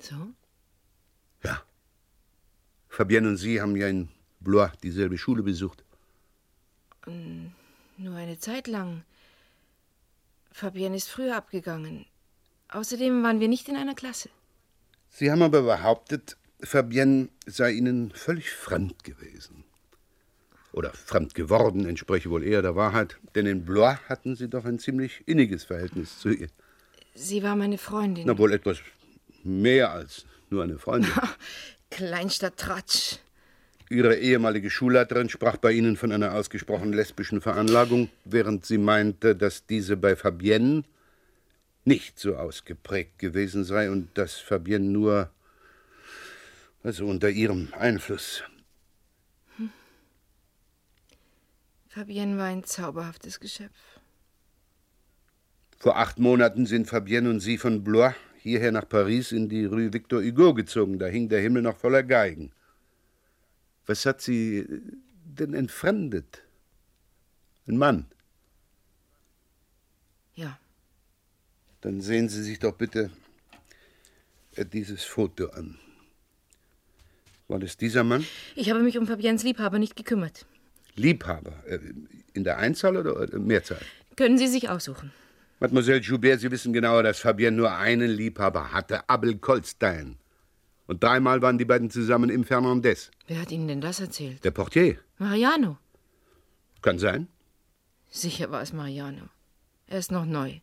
S7: So?
S3: Fabienne und Sie haben ja in Blois dieselbe Schule besucht.
S7: Ähm, Nur eine Zeit lang. Fabienne ist früher abgegangen. Außerdem waren wir nicht in einer Klasse.
S3: Sie haben aber behauptet, Fabienne sei Ihnen völlig fremd gewesen. Oder fremd geworden, entspräche wohl eher der Wahrheit, denn in Blois hatten Sie doch ein ziemlich inniges Verhältnis zu ihr.
S7: Sie war meine Freundin.
S3: Na wohl etwas mehr als nur eine Freundin.
S7: Kleinstadt Tratsch.
S3: Ihre ehemalige Schulleiterin sprach bei Ihnen von einer ausgesprochen lesbischen Veranlagung, während sie meinte, dass diese bei Fabienne nicht so ausgeprägt gewesen sei und dass Fabienne nur also unter ihrem Einfluss.
S7: Fabienne war ein zauberhaftes Geschöpf.
S3: Vor acht Monaten sind Fabienne und sie von Blois hierher nach Paris in die Rue Victor Hugo gezogen. Da hing der Himmel noch voller Geigen. Was hat sie äh, denn entfremdet? Ein Mann.
S7: Ja.
S3: Dann sehen Sie sich doch bitte äh, dieses Foto an. War das dieser Mann?
S7: Ich habe mich um Fabiens Liebhaber nicht gekümmert.
S3: Liebhaber. Äh, In der Einzahl oder äh, Mehrzahl?
S7: Können Sie sich aussuchen.
S3: genau, Mademoiselle Joubert, Sie wissen genauer, dass Fabienne nur einen Liebhaber hatte, Abel Kolstein. Und dreimal waren die beiden zusammen im Fernandes.
S7: Wer hat Ihnen denn das erzählt?
S3: Der Portier.
S7: Mariano.
S3: Kann sein.
S7: Sicher war es Mariano. Er ist noch neu.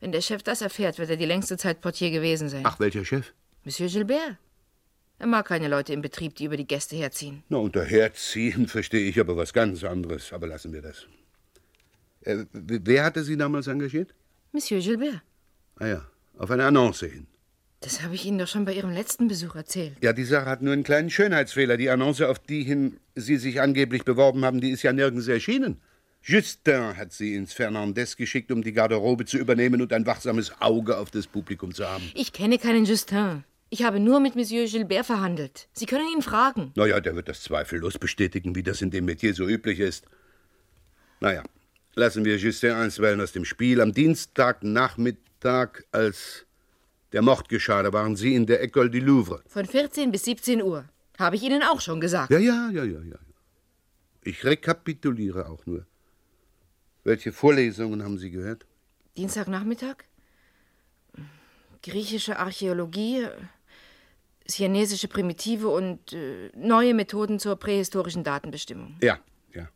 S7: Wenn der Chef das erfährt, wird er die längste Zeit Portier gewesen sein.
S3: Ach, welcher Chef?
S7: Monsieur Gilbert. Er mag keine Leute im Betrieb, die über die Gäste herziehen.
S3: Na, unter Herziehen verstehe ich aber was ganz anderes. Aber lassen wir das. Äh, w- wer hatte Sie damals engagiert?
S7: Monsieur Gilbert.
S3: Ah ja, auf eine Annonce hin.
S7: Das habe ich Ihnen doch schon bei Ihrem letzten Besuch erzählt.
S3: Ja, die Sache hat nur einen kleinen Schönheitsfehler. Die Annonce, auf die hin Sie sich angeblich beworben haben, die ist ja nirgends erschienen. Justin hat sie ins Fernandes geschickt, um die Garderobe zu übernehmen und ein wachsames Auge auf das Publikum zu haben.
S7: Ich kenne keinen Justin. Ich habe nur mit Monsieur Gilbert verhandelt. Sie können ihn fragen.
S3: Naja, der wird das zweifellos bestätigen, wie das in dem Metier so üblich ist. Naja, lassen wir Justin einstweilen aus dem Spiel. Am Dienstagnachmittag, als der Mord geschah, da waren Sie in der École du Louvre.
S7: Von 14 bis 17 Uhr. Habe ich Ihnen auch schon gesagt.
S3: Ja, ja, ja, ja, ja. Ich rekapituliere auch nur. Welche Vorlesungen haben Sie gehört?
S7: Dienstagnachmittag? Griechische Archäologie, äh, chinesische Primitive und äh, neue Methoden zur prähistorischen Datenbestimmung.
S3: Ja, ja.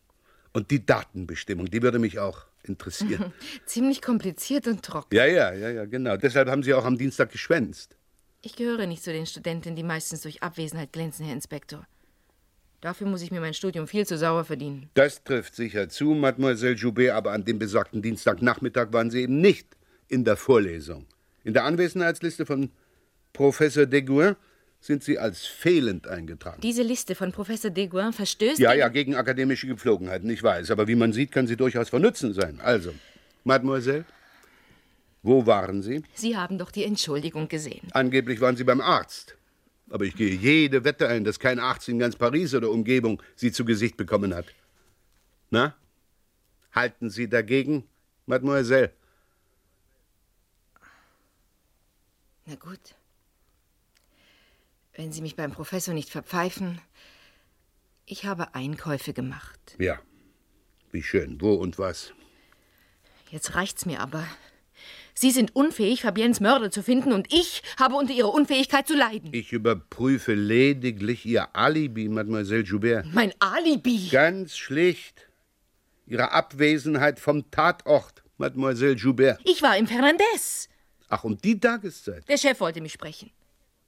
S3: Und die Datenbestimmung, die würde mich auch interessieren.
S7: Ziemlich kompliziert und trocken.
S3: ja, ja, ja, ja, genau. Deshalb haben Sie auch am Dienstag geschwänzt.
S7: Ich gehöre nicht zu den Studentinnen, die meistens durch Abwesenheit glänzen, Herr Inspektor. Dafür muss ich mir mein Studium viel zu sauer verdienen.
S3: Das trifft sicher zu, Mademoiselle Joubert, aber an dem besagten Dienstagnachmittag waren Sie eben nicht in der Vorlesung. In der Anwesenheitsliste von Professor Deguin sind Sie als fehlend eingetragen.
S7: Diese Liste von Professor Deguin verstößt.
S3: Ja, ja, gegen akademische Gepflogenheiten, ich weiß. Aber wie man sieht, kann sie durchaus von Nutzen sein. Also, Mademoiselle, wo waren Sie?
S7: Sie haben doch die Entschuldigung gesehen.
S3: Angeblich waren Sie beim Arzt. Aber ich gehe jede Wette ein, dass kein Arzt in ganz Paris oder Umgebung Sie zu Gesicht bekommen hat. Na? Halten Sie dagegen, Mademoiselle?
S7: Na gut. Wenn Sie mich beim Professor nicht verpfeifen, ich habe Einkäufe gemacht.
S3: Ja. Wie schön. Wo und was?
S7: Jetzt reicht's mir aber. Sie sind unfähig, Fabiens Mörder zu finden, und ich habe unter Ihrer Unfähigkeit zu leiden.
S3: Ich überprüfe lediglich Ihr Alibi, Mademoiselle Joubert.
S7: Mein Alibi.
S3: Ganz schlicht. Ihre Abwesenheit vom Tatort, Mademoiselle Joubert.
S7: Ich war im Fernandes.
S3: Ach, um die Tageszeit.
S7: Der Chef wollte mich sprechen.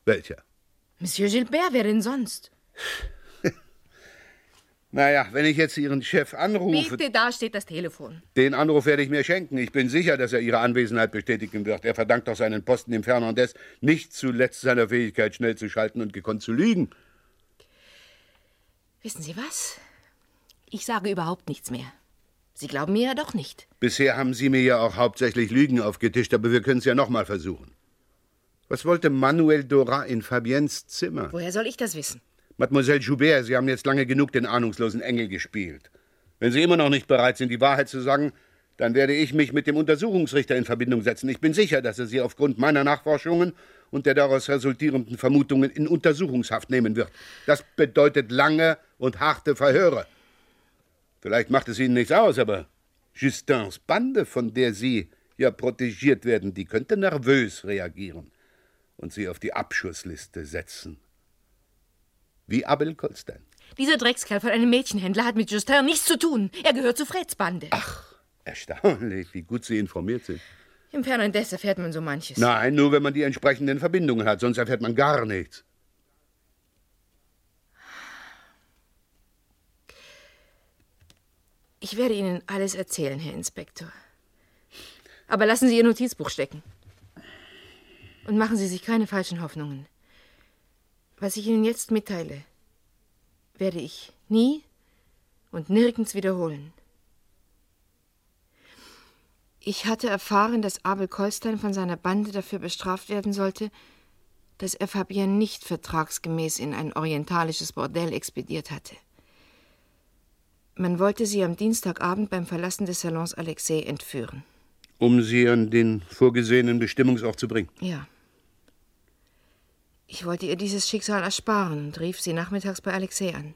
S3: Welcher?
S7: Monsieur Gilbert, wer denn sonst?
S3: Naja, wenn ich jetzt Ihren Chef anrufe.
S7: Bitte, da steht das Telefon.
S3: Den Anruf werde ich mir schenken. Ich bin sicher, dass er Ihre Anwesenheit bestätigen wird. Er verdankt auch seinen Posten im Fernandes nicht zuletzt seiner Fähigkeit, schnell zu schalten und gekonnt zu lügen.
S7: Wissen Sie was? Ich sage überhaupt nichts mehr. Sie glauben mir ja doch nicht.
S3: Bisher haben Sie mir ja auch hauptsächlich Lügen aufgetischt, aber wir können es ja nochmal versuchen. Was wollte Manuel Dora in Fabiens Zimmer?
S7: Woher soll ich das wissen?
S3: Mademoiselle Joubert, Sie haben jetzt lange genug den ahnungslosen Engel gespielt. Wenn Sie immer noch nicht bereit sind, die Wahrheit zu sagen, dann werde ich mich mit dem Untersuchungsrichter in Verbindung setzen. Ich bin sicher, dass er Sie aufgrund meiner Nachforschungen und der daraus resultierenden Vermutungen in Untersuchungshaft nehmen wird. Das bedeutet lange und harte Verhöre. Vielleicht macht es Ihnen nichts aus, aber Justins Bande, von der Sie ja protegiert werden, die könnte nervös reagieren und Sie auf die Abschussliste setzen. Wie Abel Kolstein.
S7: Dieser Dreckskerl von einem Mädchenhändler hat mit Justin nichts zu tun. Er gehört zu Freds Bande.
S3: Ach. Erstaunlich, wie gut Sie informiert sind.
S7: Im Fernandes erfährt man so manches.
S3: Nein, nur wenn man die entsprechenden Verbindungen hat, sonst erfährt man gar nichts.
S7: Ich werde Ihnen alles erzählen, Herr Inspektor. Aber lassen Sie Ihr Notizbuch stecken. Und machen Sie sich keine falschen Hoffnungen. Was ich Ihnen jetzt mitteile, werde ich nie und nirgends wiederholen. Ich hatte erfahren, dass Abel Kolstein von seiner Bande dafür bestraft werden sollte, dass er Fabian nicht vertragsgemäß in ein orientalisches Bordell expediert hatte. Man wollte sie am Dienstagabend beim Verlassen des Salons Alexei entführen.
S3: Um Sie an den vorgesehenen Bestimmungsort zu bringen. [LAUGHS]
S7: Ja. Ich wollte ihr dieses Schicksal ersparen und rief sie nachmittags bei Alexei an.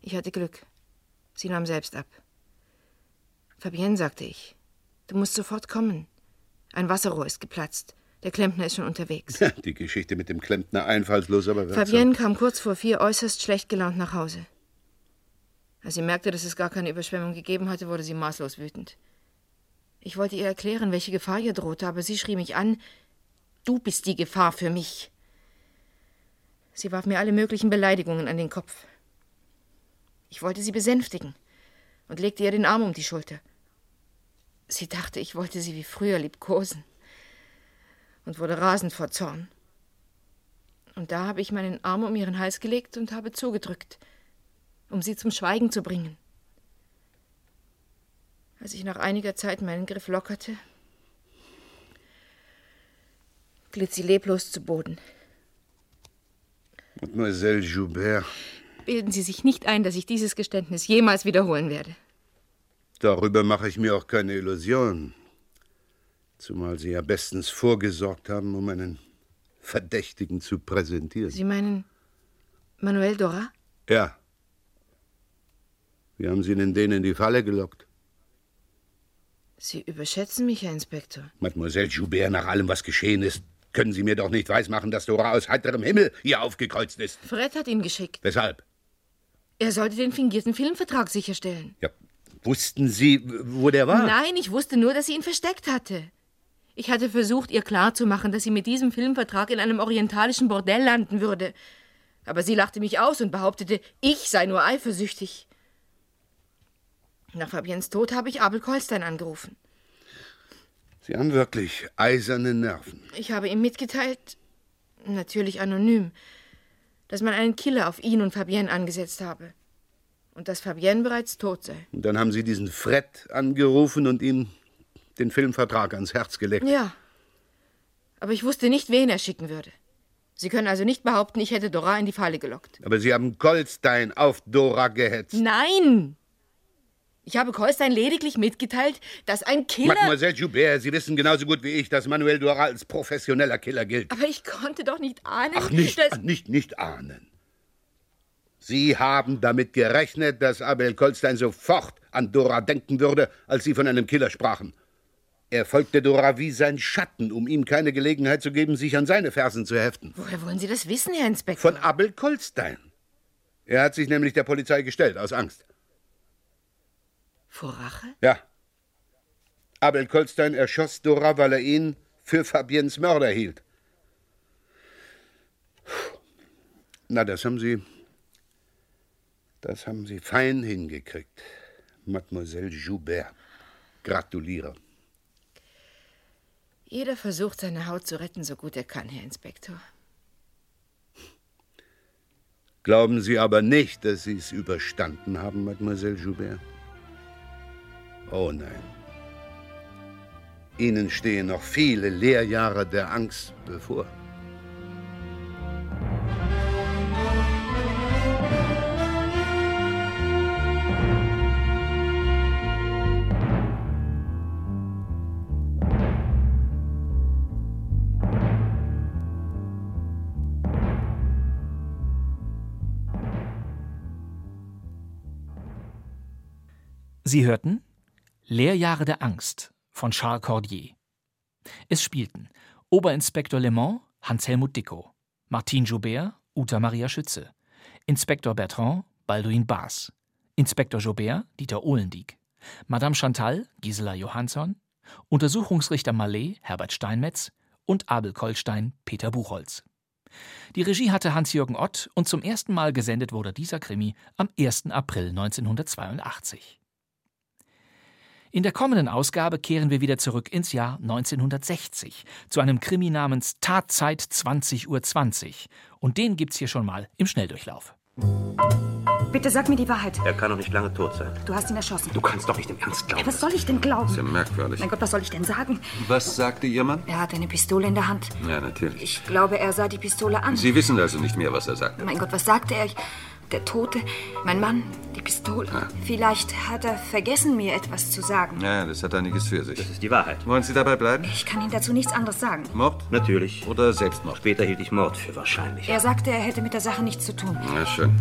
S7: Ich hatte Glück. Sie nahm selbst ab. Fabienne, sagte ich, du musst sofort kommen. Ein Wasserrohr ist geplatzt. Der Klempner ist schon unterwegs.
S3: Die Geschichte mit dem Klempner einfallslos, aber wirksam.
S7: Fabienne kam kurz vor vier äußerst schlecht gelaunt nach Hause. Als sie merkte, dass es gar keine Überschwemmung gegeben hatte, wurde sie maßlos wütend. Ich wollte ihr erklären, welche Gefahr ihr drohte, aber sie schrie mich an, du bist die Gefahr für mich. Sie warf mir alle möglichen Beleidigungen an den Kopf. Ich wollte sie besänftigen und legte ihr den Arm um die Schulter. Sie dachte, ich wollte sie wie früher liebkosen und wurde rasend vor Zorn. Und da habe ich meinen Arm um ihren Hals gelegt und habe zugedrückt, um sie zum Schweigen zu bringen. Als ich nach einiger Zeit meinen Griff lockerte, glitt sie leblos zu Boden.
S3: Mademoiselle Joubert,
S7: Bilden Sie sich nicht ein, dass ich dieses Geständnis jemals wiederholen werde.
S3: darüber mache ich mir auch keine Illusion. Zumal Sie ja bestens vorgesorgt haben, um einen Verdächtigen zu präsentieren.
S7: Sie meinen Manuel Dora?
S3: Ja. Wie haben Sie denn den in die Falle gelockt?
S7: Sie überschätzen mich, Herr Inspektor.
S3: Mademoiselle Joubert, nach allem, was geschehen ist, können Sie mir doch nicht weismachen, dass Dora aus heiterem Himmel hier aufgekreuzt ist.
S7: Fred hat ihn geschickt.
S3: Weshalb?
S7: Er sollte den fingierten Filmvertrag sicherstellen.
S3: Wussten Sie, wo der war?
S7: Nein, ich wusste nur, dass sie ihn versteckt hatte. Ich hatte versucht, ihr klarzumachen, dass sie mit diesem Filmvertrag in einem orientalischen Bordell landen würde. Aber sie lachte mich aus und behauptete, ich sei nur eifersüchtig. Nach Fabiens Tod habe ich Abel Kolstein angerufen.
S3: Sie haben wirklich eiserne Nerven.
S7: Ich habe ihm mitgeteilt, natürlich anonym, dass man einen Killer auf ihn und Fabienne angesetzt habe. Und dass Fabienne bereits tot sei.
S3: Und dann haben Sie diesen Fred angerufen und ihm den Filmvertrag ans Herz gelegt.
S7: Ja. Aber ich wusste nicht, wen er schicken würde. Sie können also nicht behaupten, ich hätte Dora in die Falle gelockt.
S3: Aber Sie haben Goldstein auf Dora gehetzt.
S7: Nein! Ich habe Kolstein lediglich mitgeteilt, dass ein Killer.
S3: Mademoiselle Joubert, Sie wissen genauso gut wie ich, dass Manuel Dora als professioneller Killer gilt.
S7: Aber ich konnte doch nicht ahnen,
S3: Ach, nicht,
S7: dass.
S3: ah, nicht, nicht ahnen. Sie haben damit gerechnet, dass Abel Goldstein sofort an Dora denken würde, als Sie von einem Killer sprachen. Er folgte Dora wie sein Schatten, um ihm keine Gelegenheit zu geben, sich an seine Fersen zu heften.
S7: Woher wollen Sie das wissen, Herr Inspektor?
S3: Von Abel Goldstein. Er hat sich nämlich der Polizei gestellt, aus Angst.
S7: Vor Rache?
S3: Ja. Abel Kolstein erschoss Dora, weil er ihn für Fabiens Mörder hielt. Na, das haben Sie. Das haben Sie fein hingekriegt, Mademoiselle Joubert. Gratuliere.
S7: Jeder versucht, seine Haut zu retten, so gut er kann, Herr Inspektor.
S3: Glauben Sie aber nicht, dass Sie es überstanden haben, Mademoiselle Joubert? Oh nein. Ihnen stehen noch viele Lehrjahre der Angst bevor.
S2: Sie hörten Lehrjahre der Angst von Charles Cordier. Es spielten Oberinspektor Le Mans, Hans-Helmut Dicko, Martin Joubert, Uta Maria Schütze, Inspektor Bertrand, Balduin Baas, Inspektor Joubert, Dieter Ohlendieck, Madame Chantal, Gisela Johansson, Untersuchungsrichter Mallet, Herbert Steinmetz und Abel Kollstein, Peter Buchholz. Die Regie hatte Hans-Jürgen Ott und zum ersten Mal gesendet wurde dieser Krimi am 1. April 1982. In der kommenden Ausgabe kehren wir wieder zurück ins Jahr 1960 zu einem Krimi namens Tatzeit 20.20 Uhr. Und den gibt's hier schon mal im Schnelldurchlauf.
S15: Bitte sag mir die Wahrheit.
S16: Er kann doch nicht lange tot sein.
S15: Du hast ihn erschossen.
S16: Du kannst doch nicht im Ernst glauben.
S15: Was soll ich denn glauben?
S14: merkwürdig.
S15: Mein Gott, was soll ich denn sagen?
S14: Was sagte Ihr Mann?
S15: Er hat eine Pistole in der Hand.
S14: Ja, natürlich.
S15: Ich glaube, er sah die Pistole an.
S14: Sie wissen also nicht mehr, was er sagte.
S15: Mein Gott, was sagte er? Der Tote, mein Mann, die Pistole. Vielleicht hat er vergessen, mir etwas zu sagen.
S14: Ja, das hat einiges für sich. Das
S16: ist die Wahrheit.
S14: Wollen Sie dabei bleiben?
S15: Ich kann Ihnen dazu nichts anderes sagen.
S14: Mord?
S16: Natürlich.
S14: Oder Selbstmord?
S16: Später hielt ich Mord für wahrscheinlich.
S15: Er sagte, er hätte mit der Sache nichts zu tun.
S14: Na schön.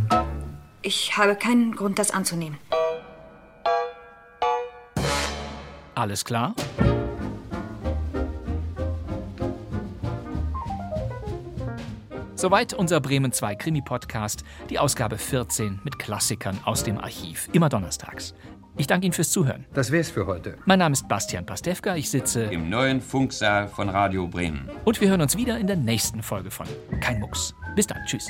S15: Ich habe keinen Grund, das anzunehmen.
S2: Alles klar? Soweit unser Bremen 2 Krimi-Podcast, die Ausgabe 14 mit Klassikern aus dem Archiv, immer donnerstags. Ich danke Ihnen fürs Zuhören.
S17: Das wär's für heute.
S2: Mein Name ist Bastian Pastewka, ich sitze
S18: im neuen Funksaal von Radio Bremen.
S2: und wir hören uns wieder in der nächsten Folge von Kein Mucks. Bis dann, tschüss.